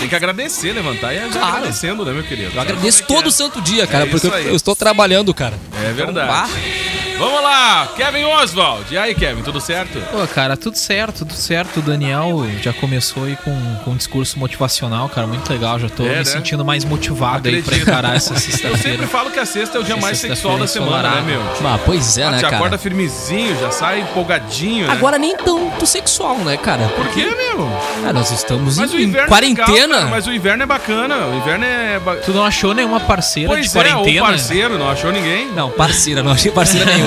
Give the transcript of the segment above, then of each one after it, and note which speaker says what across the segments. Speaker 1: Tem que agradecer, levantar e já
Speaker 2: Claro.
Speaker 1: agradecendo, né, meu querido?
Speaker 2: Eu agradeço todo o santo dia, cara,
Speaker 1: É
Speaker 2: porque eu,
Speaker 1: isso aí.
Speaker 2: eu estou trabalhando, cara. Então,
Speaker 1: É verdade. Vamos lá, Kevin Oswald. E aí, Kevin, tudo certo?
Speaker 3: Pô, cara, tudo certo, tudo certo. O Daniel já começou aí com, com um discurso motivacional, cara, muito legal. Já tô
Speaker 1: É,
Speaker 3: me
Speaker 1: né?
Speaker 3: sentindo mais motivado aí pra
Speaker 1: Acredito.
Speaker 3: encarar essa
Speaker 1: Eu sempre
Speaker 3: sexta-feira.
Speaker 1: falo que a sexta é o dia mais
Speaker 3: sexta-feira
Speaker 1: sexual da semana, né,
Speaker 3: ensolarada.
Speaker 1: meu?
Speaker 2: Ah, pois é,
Speaker 1: Ah,
Speaker 2: né,
Speaker 1: tu já
Speaker 2: cara?
Speaker 1: acorda firmezinho, já sai empolgadinho, né?
Speaker 2: Agora nem tanto sexual, né, cara?
Speaker 1: Por quê, meu?
Speaker 2: Ah, nós estamos
Speaker 1: Mas o
Speaker 2: em
Speaker 1: inverno
Speaker 2: quarentena.
Speaker 1: é legal, cara, mas o inverno é bacana. O inverno é... ba-
Speaker 3: Tu não achou nenhuma parceira de
Speaker 1: Pois é, o
Speaker 3: quarentena?
Speaker 1: parceiro, não achou ninguém?
Speaker 2: Não, parceira, não achei parceira nenhuma. né?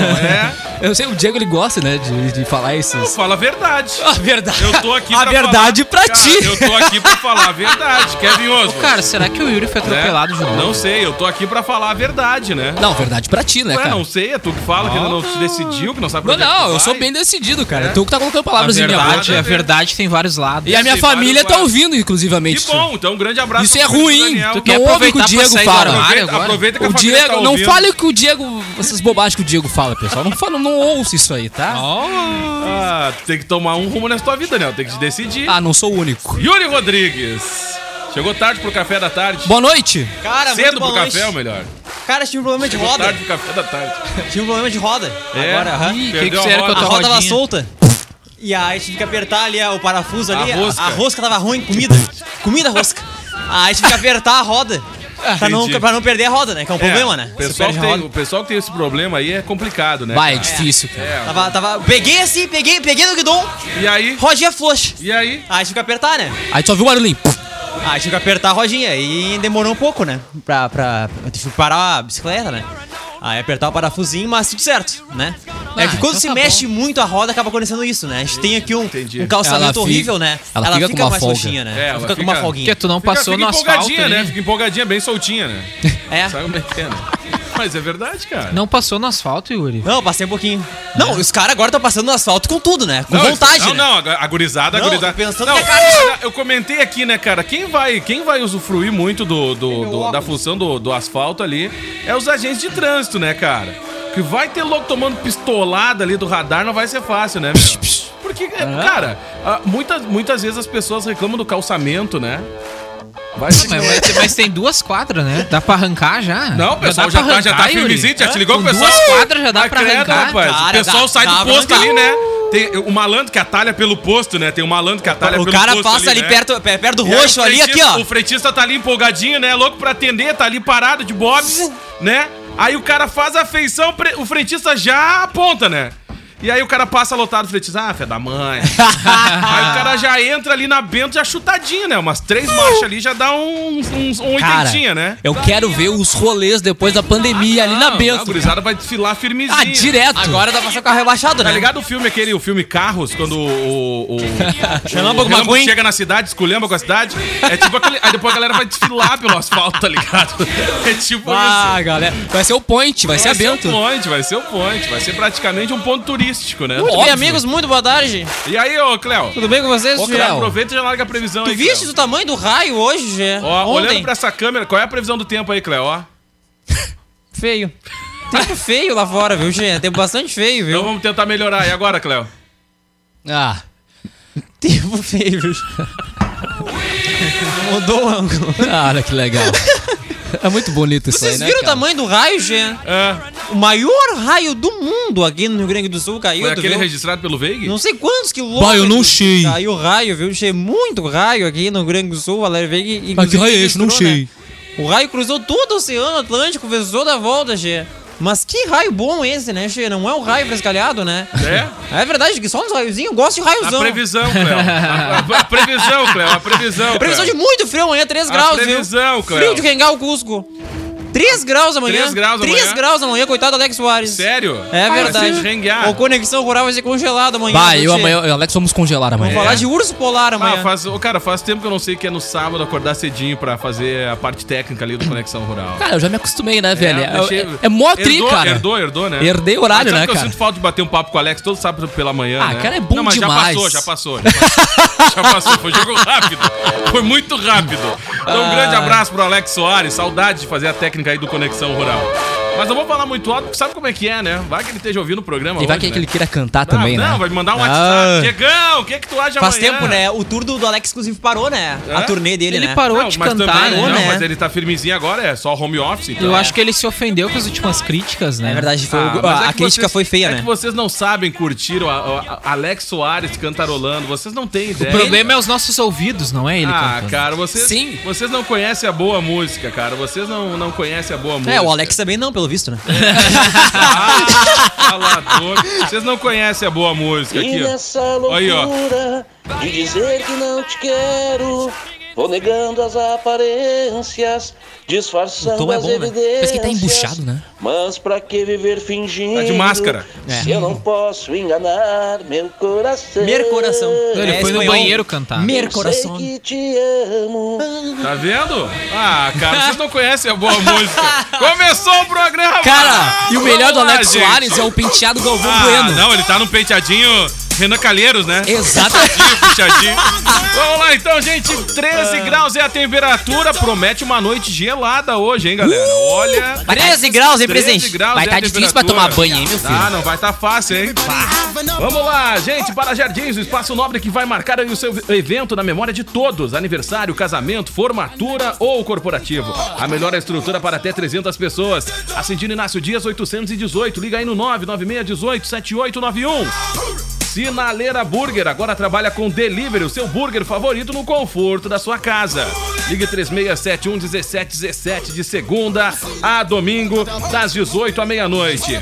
Speaker 1: É.
Speaker 2: Eu sei, o Diego ele gosta, né, de, de falar esses.
Speaker 1: Fala a verdade.
Speaker 2: A verdade.
Speaker 1: Eu tô aqui
Speaker 2: A
Speaker 1: pra
Speaker 2: verdade
Speaker 1: falar-
Speaker 2: pra
Speaker 1: Cara,
Speaker 2: ti.
Speaker 1: Eu tô aqui pra falar a verdade, Kevin Oswald.
Speaker 3: Cara, será que o Yuri foi atropelado de novo?
Speaker 1: Né? Não sei, eu tô aqui pra falar a verdade, né?
Speaker 2: Não, verdade pra ti, né,
Speaker 1: Ué,
Speaker 2: cara?
Speaker 1: não sei, é tu que fala que ainda não se decidiu, que não sabe pra
Speaker 2: Não,
Speaker 1: onde é que
Speaker 2: não,
Speaker 1: tu
Speaker 2: eu sou
Speaker 1: vai. É.
Speaker 2: bem decidido, cara. Tu que tá colocando palavras
Speaker 3: a
Speaker 2: em minha
Speaker 3: verdade,
Speaker 2: boca.
Speaker 3: a verdade tem vários lados.
Speaker 2: E a minha
Speaker 1: Tem vários
Speaker 2: família tá
Speaker 1: lados.
Speaker 2: ouvindo, inclusivamente.
Speaker 1: Que bom, então um grande abraço.
Speaker 2: Isso é
Speaker 1: pro
Speaker 2: ruim,
Speaker 1: Daniel.
Speaker 2: tu
Speaker 3: Quer
Speaker 2: Não ouve o
Speaker 3: aproveitar
Speaker 2: que o
Speaker 3: pra
Speaker 2: Diego
Speaker 3: sair
Speaker 2: fala.
Speaker 3: do armário
Speaker 1: Aproveita,
Speaker 3: agora?
Speaker 1: aproveita que a
Speaker 2: O
Speaker 1: família
Speaker 2: Diego,
Speaker 1: tá
Speaker 2: não
Speaker 1: ouvindo.
Speaker 2: fale o que o Diego. Essas bobagens que o Diego fala, pessoal. Não fala, não ouça isso aí, tá?
Speaker 1: Ah, tu tem que tomar um rumo nessa tua vida, Daniel. Tem que te decidir.
Speaker 2: Ah, não sou o único.
Speaker 1: Yuri Rodrigues. Chegou tarde pro café da tarde.
Speaker 2: Boa noite.
Speaker 4: Cara,
Speaker 1: Cedo
Speaker 4: muito bom
Speaker 1: pro café, ou
Speaker 4: um lanche.
Speaker 1: melhor.
Speaker 4: Cara, tive um problema de roda.
Speaker 1: Tarde pro café da tarde.
Speaker 4: Tive um problema de roda.
Speaker 1: É.
Speaker 4: Agora, aham.
Speaker 1: Ih,
Speaker 3: Ih, que que
Speaker 1: Perdeu a
Speaker 3: será que eu
Speaker 1: roda.
Speaker 4: A
Speaker 3: tô
Speaker 4: roda tava
Speaker 3: rodinha?
Speaker 4: solta. E aí tive que apertar ali ó, o parafuso ali.
Speaker 1: A rosca.
Speaker 4: tava ruim, comida. Comida rosca. Aí tive que apertar a roda. Pra não,
Speaker 1: Ah, Entendi.
Speaker 4: pra não perder a roda, né? Que é um problema, né?
Speaker 1: O
Speaker 4: Você
Speaker 1: pessoal, que
Speaker 4: perde a
Speaker 1: tem,
Speaker 4: roda.
Speaker 1: o pessoal que tem esse problema aí é complicado, né?
Speaker 2: Vai, é
Speaker 1: cara?
Speaker 2: difícil, cara.
Speaker 1: É.
Speaker 4: Tava, tava. Peguei assim, peguei, peguei no guidon,
Speaker 1: E aí?
Speaker 4: rodinha frouxa.
Speaker 1: E aí?
Speaker 4: Aí tive que apertar, né?
Speaker 2: Aí tu só viu o barulhinho. Puf.
Speaker 4: Aí Ah, tive que apertar a rodinha. E demorou um pouco, né? Pra. pra eu tive que parar a bicicleta, né? Aí apertar o parafusinho, mas tudo certo, né? é
Speaker 2: Ah,
Speaker 4: que quando
Speaker 2: então
Speaker 4: se
Speaker 2: tá
Speaker 4: mexe muito a roda, acaba acontecendo isso, né? A gente tem aqui um,
Speaker 1: Entendi.
Speaker 4: um calçamento
Speaker 2: Ela fica-
Speaker 4: horrível, né?
Speaker 2: ela fica com uma
Speaker 4: mais
Speaker 2: folga.
Speaker 4: roxinha, né?
Speaker 1: É,
Speaker 4: ela,
Speaker 1: ela
Speaker 4: fica, com uma
Speaker 1: fica-
Speaker 4: folguinha.
Speaker 3: Porque tu não
Speaker 1: Fica-
Speaker 3: passou
Speaker 1: fica
Speaker 3: no asfalto
Speaker 1: empolgadinha, né?
Speaker 3: ali.
Speaker 1: Fica empolgadinha, bem soltinha, né?
Speaker 4: É.
Speaker 1: Sabe como é que é, né? Mas é verdade, cara.
Speaker 3: Não passou no asfalto, Yuri.
Speaker 4: Não, passei um pouquinho. Não, os caras agora estão passando no asfalto com tudo, né? Com
Speaker 1: Não,
Speaker 4: vontade,
Speaker 1: Não,
Speaker 4: né?
Speaker 1: não, a gurizada, a
Speaker 4: Não,
Speaker 1: gurizada.
Speaker 4: tô pensando
Speaker 1: não,
Speaker 4: que é cara-
Speaker 1: eu comentei aqui, né, cara? Quem vai, quem vai usufruir muito do, do- do- da função do, do asfalto ali é os agentes de trânsito, né, cara? Que vai ter louco tomando pistolada ali do radar, não vai ser fácil, né, meu? Porque, é, cara, ah, muitas, muitas vezes as pessoas reclamam do calçamento, né? Vai ser.
Speaker 3: Mas, mas- mas tem duas quadras, né? Dá pra arrancar já?
Speaker 1: Não, o pessoal
Speaker 3: dá
Speaker 1: já,
Speaker 3: pra
Speaker 1: tá, já tá
Speaker 3: arrancar, Yuri?
Speaker 1: firmezinho, já se ligou
Speaker 3: Com
Speaker 1: que o pessoal.
Speaker 3: duas quadras já dá pra
Speaker 1: credo,
Speaker 3: arrancar.
Speaker 1: rapaz.
Speaker 4: Cara,
Speaker 1: o pessoal
Speaker 4: dá-
Speaker 1: sai
Speaker 4: dá
Speaker 1: do
Speaker 4: pra
Speaker 1: posto
Speaker 4: arrancar.
Speaker 1: ali, né? Tem o malandro que atalha pelo posto, né? Tem o malandro que atalha
Speaker 4: O
Speaker 1: pelo
Speaker 4: cara
Speaker 1: posto.
Speaker 4: passa ali,
Speaker 1: né?
Speaker 4: perto, pe- perto do
Speaker 1: E aí o
Speaker 4: roxo ali, aqui,
Speaker 1: fretista-
Speaker 4: ó.
Speaker 1: O fretista tá ali empolgadinho, né? Louco pra atender, tá ali parado de bob, né? Aí o cara faz a feição, pre- o fretista já aponta, né? E aí o cara passa lotado, fletiza, ah, fé da mãe. aí o cara já entra ali na Bento, já chutadinho, né? Umas três marchas ali já dá uns, uns, um
Speaker 2: Cara,
Speaker 1: oitentinha, né? Ah,
Speaker 2: eu quero ver os rolês depois da pandemia ali na
Speaker 1: Não, A
Speaker 2: Bento.
Speaker 1: gurizada vai desfilar firmezinho.
Speaker 4: Tá
Speaker 2: Ah, direto.
Speaker 4: Agora dá pra ser o carro rebaixado,
Speaker 1: Tá
Speaker 4: né?
Speaker 1: ligado o filme, aquele, o filme Carros, quando o. o, o, o
Speaker 4: Relâmpago
Speaker 1: Relâmpago
Speaker 4: McQueen.
Speaker 1: chega na cidade, esculhamba com a cidade. É tipo aquele. Aí depois a galera vai desfilar pelo asfalto, tá ligado? É tipo isso.
Speaker 2: Ah, galera. Vai ser o point, vai, ser a Bento.
Speaker 1: o point, vai ser o point, vai ser praticamente um ponto turístico, né?
Speaker 4: Muito bem, amigos, muito boa tarde.
Speaker 1: E aí, ô Cléo?
Speaker 4: Tudo bem com vocês?
Speaker 2: Ô,
Speaker 4: Tudo
Speaker 2: Cléo.
Speaker 1: Aproveita e já larga a previsão
Speaker 4: Tu
Speaker 1: aí.
Speaker 4: viste
Speaker 1: Cléo.
Speaker 4: o tamanho do raio hoje, Gê?
Speaker 1: Ó, olhando
Speaker 4: Ontem.
Speaker 1: pra essa câmera, qual é a previsão do tempo aí, Cléo? Ó. então
Speaker 4: Feio. Tempo feio lá fora, viu, Gê? Tempo bastante feio,
Speaker 1: Então
Speaker 4: viu?
Speaker 1: vamos tentar melhorar. E agora, Cléo? Então-
Speaker 2: Ah,
Speaker 4: Tempo feio, viu? Mudou o ângulo.
Speaker 2: cara, que legal. É muito bonito isso aí,
Speaker 4: Vocês
Speaker 2: né,
Speaker 4: viram o
Speaker 2: cara?
Speaker 4: tamanho do raio, Gê?
Speaker 1: Ah,
Speaker 4: O maior raio do mundo aqui no Rio Grande do Sul caiu,
Speaker 1: foi
Speaker 4: tu
Speaker 1: aquele
Speaker 4: viu?
Speaker 1: registrado pelo Veig?
Speaker 4: Não sei quantos quilômetros.
Speaker 2: Bah, eu não sei.
Speaker 4: Caiu raio, viu? Cheio muito raio aqui no Rio Grande do Sul, Valério Veiga.
Speaker 2: Mas que raio é esse? Não
Speaker 4: cheio.
Speaker 2: sei.
Speaker 4: né? O raio cruzou todo o Oceano Atlântico, fez toda a volta, Che. Mas que raio bom esse, né, Che? Não é um raio frescalhado, né?
Speaker 1: É?
Speaker 4: É verdade que só uns raiozinhos, eu gosto de
Speaker 1: A
Speaker 4: raiozão.
Speaker 1: previsão, Cléo. A, a- a previsão, Cléo. A previsão.
Speaker 4: Previsão de
Speaker 1: Cléo.
Speaker 4: muito frio amanhã, 3
Speaker 1: A
Speaker 4: graus, viu?
Speaker 1: previsão, Cléo.
Speaker 4: Frio de Rengal Cusco. 3 graus amanhã.
Speaker 1: 3 graus
Speaker 4: 3
Speaker 1: amanhã.
Speaker 4: graus amanhã, coitado do Alex Soares.
Speaker 1: Sério?
Speaker 4: É verdade.
Speaker 1: Vai se renguear.
Speaker 4: O Conexão Rural vai ser congelado amanhã.
Speaker 2: Bah,
Speaker 4: viu,
Speaker 2: eu
Speaker 4: Che?
Speaker 2: amanhã, eu e o Alex vamos congelar amanhã.
Speaker 4: Vamos falar de urso polar
Speaker 1: Ah,
Speaker 4: amanhã.
Speaker 1: faz, ô, cara, faz tempo que eu não sei que é no sábado acordar cedinho pra fazer a parte técnica ali do Conexão Rural.
Speaker 2: Cara, eu já me acostumei, né, velho? É,
Speaker 1: deixei-
Speaker 2: é, é mó tri,
Speaker 1: herdou,
Speaker 2: cara.
Speaker 1: Herdou, herdou, né?
Speaker 2: Herdei o horário,
Speaker 1: Mas sabe
Speaker 2: né,
Speaker 1: que Eu
Speaker 2: cara?
Speaker 1: sinto falta de bater um papo com o Alex todo sábado pela manhã.
Speaker 2: Ah,
Speaker 1: né?
Speaker 2: cara, é bom
Speaker 1: Não, mas
Speaker 2: demais.
Speaker 1: Já passou, já passou. Já passou, já passou. Foi jogo rápido. Foi muito rápido. Então, um
Speaker 2: Ah.
Speaker 1: grande abraço pro Alex Soares. Saudade de fazer a técnica aí do Conexão Rural. Mas não vou falar muito alto, porque sabe como é que é, né? Vai que ele esteja ouvindo o programa.
Speaker 2: E vai
Speaker 1: hoje,
Speaker 2: que,
Speaker 1: né?
Speaker 2: que ele queira cantar
Speaker 1: Ah,
Speaker 2: também,
Speaker 1: Não,
Speaker 2: né?
Speaker 1: vai me mandar um
Speaker 4: Ah.
Speaker 1: WhatsApp. Diegão, o que é que tu acha
Speaker 4: Faz
Speaker 1: amanhã?
Speaker 4: tempo, né? O tour do, do Alex, inclusive, parou, né? A
Speaker 1: É?
Speaker 4: turnê dele,
Speaker 3: Ele
Speaker 4: né?
Speaker 3: parou
Speaker 1: Não,
Speaker 3: de
Speaker 1: mas
Speaker 3: cantar,
Speaker 1: também,
Speaker 3: né?
Speaker 1: Não,
Speaker 4: né?
Speaker 1: mas ele tá firmezinho agora, é só home office, então.
Speaker 3: Eu acho que ele se ofendeu com as últimas críticas, né?
Speaker 4: É verdade, foi,
Speaker 1: Ah,
Speaker 4: o-
Speaker 1: mas
Speaker 4: a,
Speaker 1: é que
Speaker 4: a crítica
Speaker 1: vocês-
Speaker 4: foi feia,
Speaker 1: é
Speaker 4: né?
Speaker 1: que vocês não sabem curtir o, a- a- Alex Soares cantarolando, vocês não têm
Speaker 3: O
Speaker 1: ideia.
Speaker 3: problema é os nossos ouvidos, não é ele
Speaker 1: Ah,
Speaker 3: cantando.
Speaker 1: cara, vocês,
Speaker 2: Sim.
Speaker 1: vocês não conhecem a boa música, cara. Vocês não, não conhecem a boa música.
Speaker 4: É, o Alex também não, pelo visto, né?
Speaker 1: Ah, falador. Vocês não conhecem a boa música aqui, ó.
Speaker 5: nessa
Speaker 1: Aí, ó. tá
Speaker 5: loucura de dizer que não te quero. Vou negando as aparências,
Speaker 4: O tom
Speaker 5: disfarçando
Speaker 4: é
Speaker 5: as
Speaker 4: bom, né?
Speaker 5: evidências.
Speaker 2: Parece que ele tá embuchado, né?
Speaker 5: Mas pra que viver fingindo?
Speaker 1: Tá de máscara.
Speaker 5: Se eu não posso enganar meu coração.
Speaker 4: Meu coração.
Speaker 3: Ele
Speaker 4: É
Speaker 3: foi no
Speaker 4: espanhol.
Speaker 3: banheiro cantar.
Speaker 4: Meu
Speaker 5: Sei
Speaker 4: coração.
Speaker 5: que te amo.
Speaker 1: Tá vendo? Ah, cara, vocês não conhecem a boa música. Começou o programa!
Speaker 2: Cara, e o melhor do
Speaker 1: Ah, Vamos lá,
Speaker 2: Alex
Speaker 1: gente.
Speaker 2: Soares é o penteado Galvão
Speaker 1: Ah,
Speaker 2: Bueno.
Speaker 1: não, ele tá num penteadinho Renan Calheiros, né?
Speaker 2: Exatamente.
Speaker 1: Puxadinho. Vamos lá então, gente. 13 graus é a temperatura. Promete uma noite gelada hoje, hein, galera? Olha.
Speaker 3: tá
Speaker 2: 13 graus, hein,
Speaker 1: 13 graus
Speaker 2: Vai
Speaker 1: é a
Speaker 2: tá difícil pra
Speaker 1: temperatura.
Speaker 2: tomar banho, hein, meu filho?
Speaker 1: Ah, não vai tá fácil, hein? Vamos lá, gente, para Jardins, o espaço nobre que vai marcar aí o seu evento na memória de todos: aniversário, casamento, formatura ou corporativo. A melhor estrutura para até 300 pessoas. Acendido Inácio Dias 818, liga aí no 99618 7891. Sinaleira Burger agora trabalha com delivery, o seu burger favorito no conforto da sua casa. Ligue 3671 1717 de segunda a domingo, das 18 à meia-noite.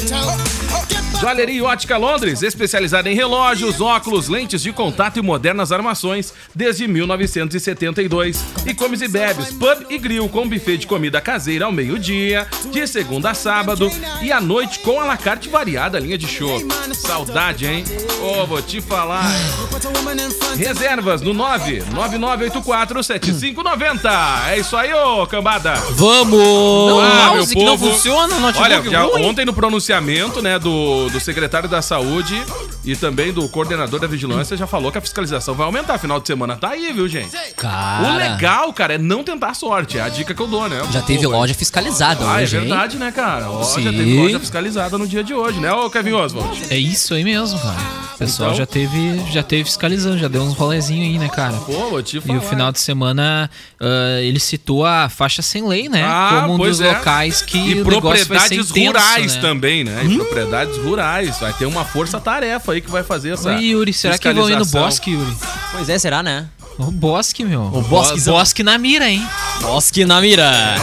Speaker 1: Joalheria e Ótica Londres, especializada em relógios, óculos, lentes de contato e modernas armações desde 1972. E comes e bebes, pub e grill com buffet de comida caseira ao meio-dia, de segunda a sábado e à noite com alacarte variada linha de show. Saudade, hein? Ô, vou te falar. Reservas no 999847590. É isso aí, ô cambada.
Speaker 2: Vamos!
Speaker 1: Não,
Speaker 4: Ah,
Speaker 1: meu
Speaker 4: mouse que não
Speaker 1: povo.
Speaker 4: funciona, o notebook
Speaker 1: Olha, já
Speaker 4: ruim.
Speaker 1: ontem no pronunciamento, né, do, do secretário da Saúde e também do coordenador da vigilância já falou que a fiscalização vai aumentar. Final de semana tá aí, viu, gente?
Speaker 2: Cara,
Speaker 1: O legal, cara, é não tentar a sorte. É a dica que eu dou, né?
Speaker 2: já teve loja fiscalizada
Speaker 1: Ah, é
Speaker 2: hoje, hein?
Speaker 1: verdade, né, cara? Ó, já
Speaker 2: Sim.
Speaker 1: teve loja fiscalizada no dia de hoje, né, ô Kevin Oswald?
Speaker 3: É isso aí mesmo, cara. O pessoal
Speaker 1: Então-
Speaker 3: já teve já teve fiscalizando, já deu uns rolezinhos aí, né, cara?
Speaker 1: Pô, vou te
Speaker 3: E
Speaker 1: falar.
Speaker 3: o final de semana ah, ele citou a faixa sem lei, né?
Speaker 1: Ah,
Speaker 3: como um
Speaker 1: pois
Speaker 3: dos
Speaker 1: é.
Speaker 3: locais que
Speaker 1: E
Speaker 3: o negócio vai ser
Speaker 1: propriedades
Speaker 3: intenso,
Speaker 1: rurais
Speaker 3: né?
Speaker 1: também, né? E propriedades rurais. Vai ter uma força-tarefa aí que vai fazer essa.
Speaker 3: Oi, Yuri, será que vão ir no
Speaker 1: fiscalização.
Speaker 3: bosque, Yuri?
Speaker 4: Pois é, será, né?
Speaker 3: O Bosque, meu. O
Speaker 2: Bosquezão.
Speaker 3: Bosque na mira, hein?
Speaker 4: Bosque na mira.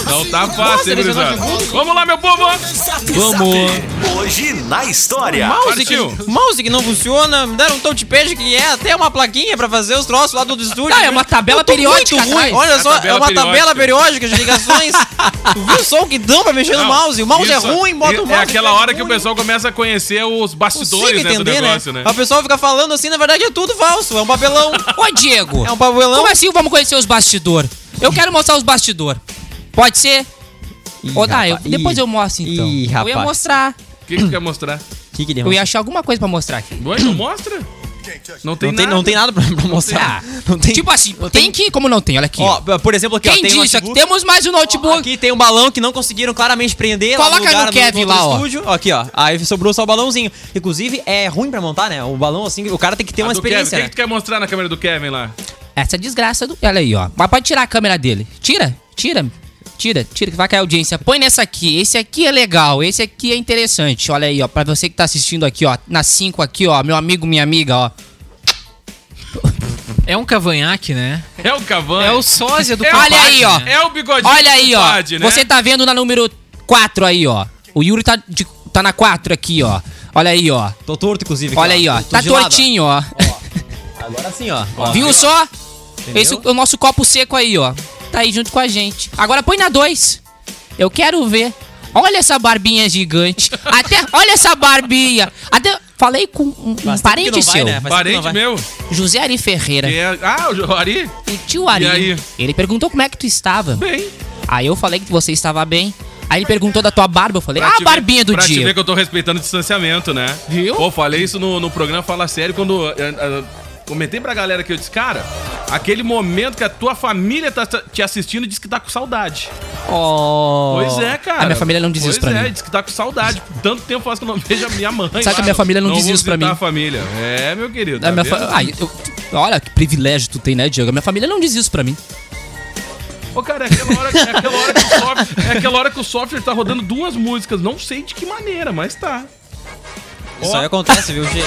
Speaker 1: Então tá fácil, hein, gurizada? Vamos lá, meu povo!
Speaker 2: Vamos.
Speaker 6: Hoje na história.
Speaker 1: É
Speaker 4: Mouse que,
Speaker 1: Partiu.
Speaker 4: mouse que não funciona, me deram um touchpad que é até uma plaquinha pra fazer os troços lá do do estúdio.
Speaker 2: Ah, é uma tabela
Speaker 4: Eu tô
Speaker 2: periódica,
Speaker 4: muito ruim.
Speaker 2: cara.
Speaker 4: Olha
Speaker 1: É
Speaker 4: só,
Speaker 1: tabela
Speaker 4: é uma
Speaker 1: periódica.
Speaker 4: tabela periódica de ligações. tu viu o som que dão pra mexer no
Speaker 1: Não,
Speaker 4: mouse? O mouse
Speaker 1: isso-
Speaker 4: é ruim, bota
Speaker 1: é-
Speaker 4: o mouse.
Speaker 1: É aquela
Speaker 4: pad
Speaker 1: hora que o
Speaker 4: ruim.
Speaker 1: pessoal começa a conhecer os
Speaker 4: Consigo
Speaker 1: bastidores né, do
Speaker 4: entender,
Speaker 1: negócio,
Speaker 4: né?
Speaker 1: né?
Speaker 4: A pessoa fica falando assim, na verdade é tudo falso, é um papelão.
Speaker 2: Ô, Diego.
Speaker 4: É um papelão.
Speaker 2: Como assim vamos conhecer os bastidores? Eu quero mostrar os bastidores. Pode ser? Ô, dá, eu-
Speaker 4: rapaz,
Speaker 2: depois
Speaker 4: ih,
Speaker 2: eu mostro então.
Speaker 4: ih,
Speaker 2: eu ia
Speaker 4: rapaz.
Speaker 2: mostrar.
Speaker 1: O que que tu quer mostrar?
Speaker 4: Que que ele
Speaker 2: Eu ia achar alguma coisa pra mostrar aqui.
Speaker 1: Bom, então mostra. Não tem
Speaker 4: não, tem,
Speaker 1: nada.
Speaker 4: não tem nada pra, pra mostrar. Não tem.
Speaker 2: Tipo assim, tem que. Como não tem? Olha aqui. ó.
Speaker 4: Ó, por exemplo, aqui ó,
Speaker 2: Quem
Speaker 4: tem um
Speaker 2: disse? Aqui
Speaker 4: notebook.
Speaker 2: temos mais um notebook.
Speaker 4: Aqui tem um balão que não conseguiram claramente prender. lá
Speaker 2: Coloca
Speaker 4: lugar,
Speaker 2: no Kevin
Speaker 4: outro
Speaker 2: lá, ó.
Speaker 4: estúdio. Aqui, ó. Aí sobrou só o balãozinho. Inclusive, é ruim pra montar, né? O balão, assim, o cara tem que ter
Speaker 1: A
Speaker 4: uma
Speaker 1: do Kevin. O que
Speaker 4: experiência, né?
Speaker 1: que tu quer mostrar na câmera do Kevin lá?
Speaker 2: Essa desgraça do. Olha aí, ó. Mas pode tirar a câmera dele. Tira, tira, tira, tira, que vai cair a audiência. Põe nessa aqui. Esse aqui é legal, esse aqui é interessante. Olha aí, ó. Pra você que tá assistindo aqui, ó. Na 5 aqui, ó. Meu amigo, minha amiga, ó.
Speaker 3: É um cavanhaque, né?
Speaker 1: É o Cavani.
Speaker 3: É o sósia do
Speaker 1: É o
Speaker 3: Cavani,
Speaker 2: Olha aí, ó.
Speaker 3: né?
Speaker 1: É o bigodinho
Speaker 2: Olha aí,
Speaker 1: do
Speaker 2: ó.
Speaker 1: Pad, né?
Speaker 2: Você tá vendo na número 4 aí, ó. O Yuri tá, de- tá na 4 aqui, ó. Olha aí, ó.
Speaker 4: né? Tô torto, inclusive.
Speaker 2: Olha
Speaker 4: ó.
Speaker 2: aí, ó.
Speaker 4: Tô
Speaker 2: Tá
Speaker 4: de lado, ó.
Speaker 2: tortinho, ó.
Speaker 4: Agora sim, ó. Ó,
Speaker 2: Viu só?
Speaker 4: Entendeu?
Speaker 2: Esse é o nosso copo seco aí, ó. Tá aí junto com a gente. Agora põe na 2. Eu quero ver. Olha essa barbinha gigante. Até, olha essa barbinha. Até falei com um, um
Speaker 4: Faz tempo que
Speaker 2: parente
Speaker 4: não vai,
Speaker 2: seu,
Speaker 4: né? Faz tempo que
Speaker 1: Parente
Speaker 4: não vai.
Speaker 1: meu.
Speaker 2: José Ari Ferreira.
Speaker 1: Que é- Ah, o Jori?
Speaker 2: E tio Ari.
Speaker 1: E aí?
Speaker 2: Ele perguntou como é que tu estava.
Speaker 1: Bem.
Speaker 2: Aí eu falei que você estava bem. Aí ele perguntou da tua barba. Eu falei,
Speaker 1: Pra
Speaker 2: ah,
Speaker 1: te
Speaker 2: a barbinha
Speaker 1: ver,
Speaker 2: do
Speaker 1: pra Pra te ver
Speaker 2: dia.
Speaker 1: que eu tô respeitando o distanciamento, né?
Speaker 2: Viu?
Speaker 1: Pô, falei isso no, no programa Fala Sério, quando... eh, eh, Comentei pra galera que eu disse, cara, aquele momento que a tua família tá te assistindo diz que tá com saudade.
Speaker 2: Oh.
Speaker 1: Pois é, cara.
Speaker 2: A minha família não diz
Speaker 1: pois
Speaker 2: isso pra
Speaker 1: é,
Speaker 2: mim.
Speaker 1: diz que tá com saudade. Tanto tempo faz que eu não vejo a minha mãe.
Speaker 2: Sabe que a minha família não diz
Speaker 1: vou
Speaker 2: isso pra
Speaker 1: visitar
Speaker 2: mim.
Speaker 1: a família. É, meu querido.
Speaker 2: A
Speaker 1: tá
Speaker 2: minha
Speaker 1: vendo?
Speaker 2: fa- Ah, eu- Olha que privilégio tu tem, né, Diego? A minha família não diz isso pra mim.
Speaker 1: Ô, cara, é aquela, hora, é, aquela hora que o software, é aquela hora que o software tá rodando duas músicas. Não sei de que maneira, mas tá.
Speaker 4: Isso aí acontece, viu, Gê?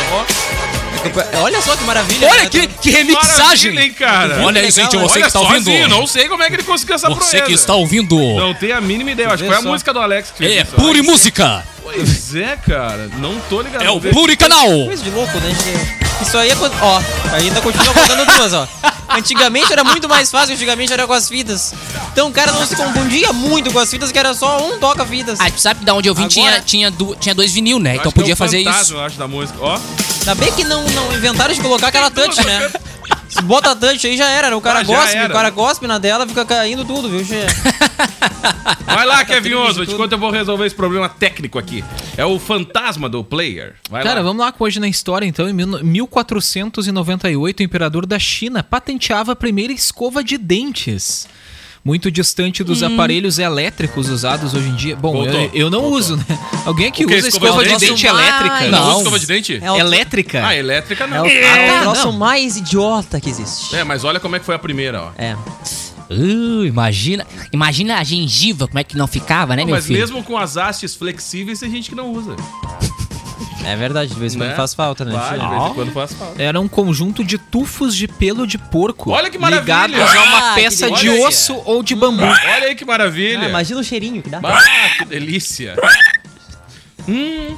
Speaker 4: Olha só que maravilha.
Speaker 2: Olha
Speaker 4: né?
Speaker 2: que, que
Speaker 1: Maravilha, hein,
Speaker 2: remixagem!
Speaker 1: cara?
Speaker 2: Olha isso, gente, você que tá ouvindo.
Speaker 1: sozinho, não sei como é que ele conseguiu essa
Speaker 2: Você
Speaker 1: proeza.
Speaker 2: que está ouvindo.
Speaker 1: Não tem a mínima ideia. Eu Acho que
Speaker 4: Vê
Speaker 1: foi a
Speaker 4: só.
Speaker 1: música do Alex que
Speaker 2: É
Speaker 1: isso.
Speaker 2: Pure Música.
Speaker 1: Pois é, cara. Não tô ligado.
Speaker 2: É o Pure Canal.
Speaker 4: Coisa de louco, né, Gê? Isso aí é. co- Ó, ainda continua contando duas, ó. Antigamente era muito mais fácil, antigamente era com as fitas. Então o cara não se confundia muito com as fitas, que era só um toca-fitas.
Speaker 2: Ah, tu sabe da onde eu vim
Speaker 4: Agora-
Speaker 2: tinha, tinha, du- tinha dois vinil, né?
Speaker 1: Acho
Speaker 2: Então
Speaker 1: que é o
Speaker 2: podia fazer
Speaker 1: fantasma,
Speaker 2: isso.
Speaker 1: eu acho, da música. Ó,
Speaker 4: Ainda bem que não, não inventaram de colocar aquela touch, né? Se bota a touch aí já era, né? o cara
Speaker 1: Ah, já
Speaker 4: gospe,
Speaker 1: era.
Speaker 4: o cara gospe na dela, fica caindo tudo, viu, Che?
Speaker 1: vai lá,
Speaker 4: Tá
Speaker 1: Kevin
Speaker 4: feliz de
Speaker 1: Oswald,
Speaker 4: tudo.
Speaker 1: enquanto eu vou resolver esse problema técnico aqui. É o fantasma do player. Vai
Speaker 3: Cara,
Speaker 1: lá.
Speaker 3: vamos lá com hoje na história, então. Em mil- 1498, o imperador da China patenteava a primeira escova de dentes. Muito distante dos
Speaker 4: Hum.
Speaker 3: aparelhos elétricos usados hoje em dia. Bom,
Speaker 1: Voltou,
Speaker 3: eu, eu não uso, né? Alguém que
Speaker 1: O quê?
Speaker 3: usa escova, de dente, elétrica?
Speaker 1: Não. usa
Speaker 3: Não.
Speaker 1: escova de dente?
Speaker 4: É o-
Speaker 3: Elétrica? Ah,
Speaker 1: Ah, elétrica
Speaker 4: É
Speaker 1: não.
Speaker 4: o,
Speaker 1: É,
Speaker 4: é o troço
Speaker 3: não.
Speaker 4: mais idiota que existe.
Speaker 1: mas olha como é que foi a primeira, ó.
Speaker 4: É.
Speaker 2: Uh, imagina, imagina a gengiva, como é que não ficava, né,
Speaker 1: Não,
Speaker 2: meu
Speaker 1: mas
Speaker 2: filho?
Speaker 1: mesmo com as hastes flexíveis, tem gente que não usa.
Speaker 4: É verdade, de vez em quando
Speaker 1: Né?
Speaker 4: faz falta, né?
Speaker 1: Vai, de vez em quando faz
Speaker 2: É.
Speaker 1: falta.
Speaker 3: Era um conjunto de tufos de pelo de porco.
Speaker 1: Olha Hum. que maravilha!
Speaker 2: é
Speaker 3: Ligados a uma
Speaker 4: Ah, que
Speaker 3: peça de
Speaker 1: delícia!
Speaker 3: osso ou de bambu.
Speaker 1: Olha aí que maravilha.
Speaker 4: Ah, imagina o cheirinho que dá.
Speaker 1: Ah, que delícia. hum,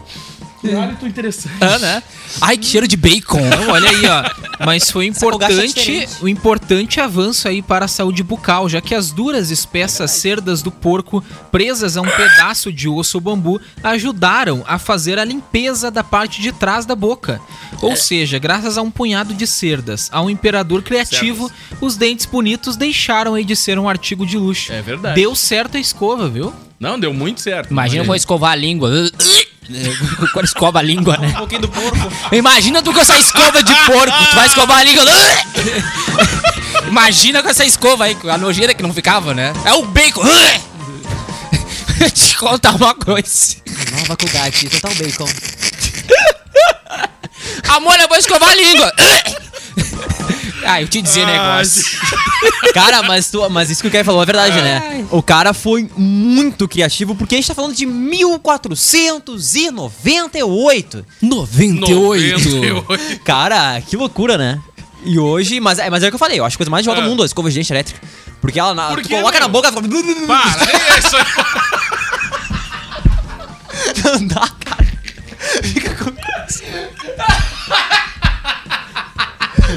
Speaker 1: que hálito interessante.
Speaker 3: Ah, né?
Speaker 2: Ai, que cheiro de bacon.
Speaker 3: Então, olha aí, ó. Mas foi
Speaker 4: Essa bagaça é
Speaker 3: importante,
Speaker 4: diferente.
Speaker 3: o importante avanço aí para a saúde bucal, já que as duras espessas cerdas do porco, presas a um pedaço de osso ou bambu, ajudaram a fazer a limpeza da parte de trás da boca.
Speaker 1: É.
Speaker 3: Ou seja, graças a um punhado de cerdas, a um imperador criativo, os dentes bonitos deixaram aí de ser um artigo de luxo.
Speaker 1: É verdade.
Speaker 3: Deu certo a escova, viu?
Speaker 1: Não, deu muito certo.
Speaker 2: Imagina eu vou escovar a língua. Quando escova a língua, né?
Speaker 4: Um pouquinho do porco.
Speaker 2: Imagina tu com essa escova de porco. Tu vai escovar a língua. Imagina com essa escova aí, com a nojeira que não ficava, né? É o bacon. Te contar uma coisa.
Speaker 4: Nova faculdade, total bacon.
Speaker 2: Amor, eu vou escovar a língua. Ah, eu te dizer negócio.
Speaker 4: Cara, mas, tu, mas isso que o Kevin falou é verdade, né? O cara foi muito criativo, porque a gente tá falando de 1498.
Speaker 2: 98.
Speaker 1: 98.
Speaker 4: Cara, que loucura, né? E hoje, mas é, mas é o que eu falei, eu acho a coisa mais idiota
Speaker 1: Ah.
Speaker 4: do mundo, a escova de dente elétrica. Porque ela na,
Speaker 1: Por
Speaker 4: tu
Speaker 1: quê,
Speaker 4: coloca na
Speaker 1: meu?
Speaker 4: boca, ela fica.
Speaker 1: Para, nem é isso aí.
Speaker 4: Não dá, cara. Fica com.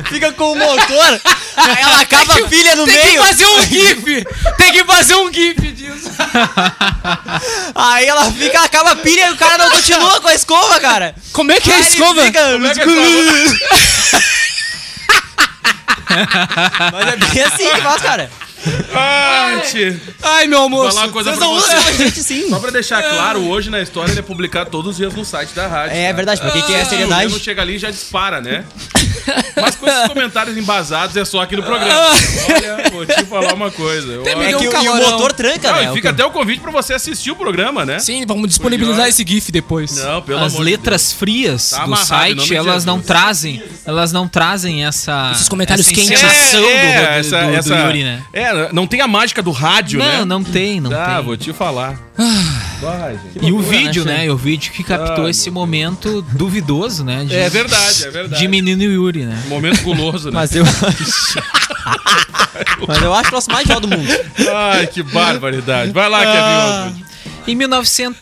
Speaker 4: Fica com o motor, aí ela acaba a pilha no meio.
Speaker 6: Tem que fazer um gif! Tem que fazer um gif disso!
Speaker 4: Aí ela fica, acaba a pilha e o cara não continua com a escova, cara.
Speaker 6: Como é que é a
Speaker 4: Aí ele
Speaker 6: escova?
Speaker 4: fica-
Speaker 1: Como é que é a escova?
Speaker 4: Mas é bem assim que faz, cara.
Speaker 1: Ai, tio.
Speaker 6: Ai, meu amor.
Speaker 1: Falar uma coisa
Speaker 4: Vocês
Speaker 1: pra
Speaker 4: não usam
Speaker 6: é.
Speaker 1: você.
Speaker 4: escova de dente sim.
Speaker 1: Só pra deixar claro, hoje na história ele é publicado todos os dias no site da rádio.
Speaker 4: É
Speaker 1: tá?
Speaker 4: verdade, porque quem é
Speaker 1: O
Speaker 4: seriedade.
Speaker 1: Leno chega ali e já dispara, né? Mas com esses comentários embasados é só aqui no
Speaker 4: Ah.
Speaker 1: programa. Olha, vou te falar uma coisa. Eu
Speaker 6: Tem
Speaker 1: acho-
Speaker 4: É que
Speaker 6: um
Speaker 4: o, e o
Speaker 6: calorão.
Speaker 4: motor tranca,
Speaker 1: Não,
Speaker 4: né?
Speaker 1: e fica até o convite pra você assistir o programa, né?
Speaker 6: Sim, vamos disponibilizar esse gif depois.
Speaker 1: Não, pelo
Speaker 2: As
Speaker 1: amor de Deus.
Speaker 2: letras frias
Speaker 1: Tá
Speaker 2: do
Speaker 1: amarrado, em nome
Speaker 2: site,
Speaker 1: de
Speaker 2: elas não
Speaker 1: Jesus.
Speaker 2: trazem, elas não trazem essa
Speaker 6: Esses comentários
Speaker 2: essa
Speaker 6: quentes.
Speaker 2: incitação do, do-
Speaker 1: É, essa,
Speaker 2: do- do
Speaker 1: essa-
Speaker 2: Yuri, né?
Speaker 1: É, não tem a mágica do rádio, né?
Speaker 2: Não, não tem, não
Speaker 1: Ah,
Speaker 2: tem.
Speaker 1: vou te falar. Vai, gente.
Speaker 2: E o
Speaker 4: loucura,
Speaker 2: vídeo,
Speaker 4: né,
Speaker 2: né? E O vídeo que captou
Speaker 1: Ah,
Speaker 2: esse momento duvidoso, né? de-
Speaker 1: É verdade, é verdade.
Speaker 2: De menino Yuri, né?
Speaker 1: Momento guloso, né?
Speaker 4: Mas eu acho. Mas eu acho o nosso mais idiota do mundo.
Speaker 1: Ai, que barbaridade. Vai lá, Kevin Oswald.
Speaker 2: Em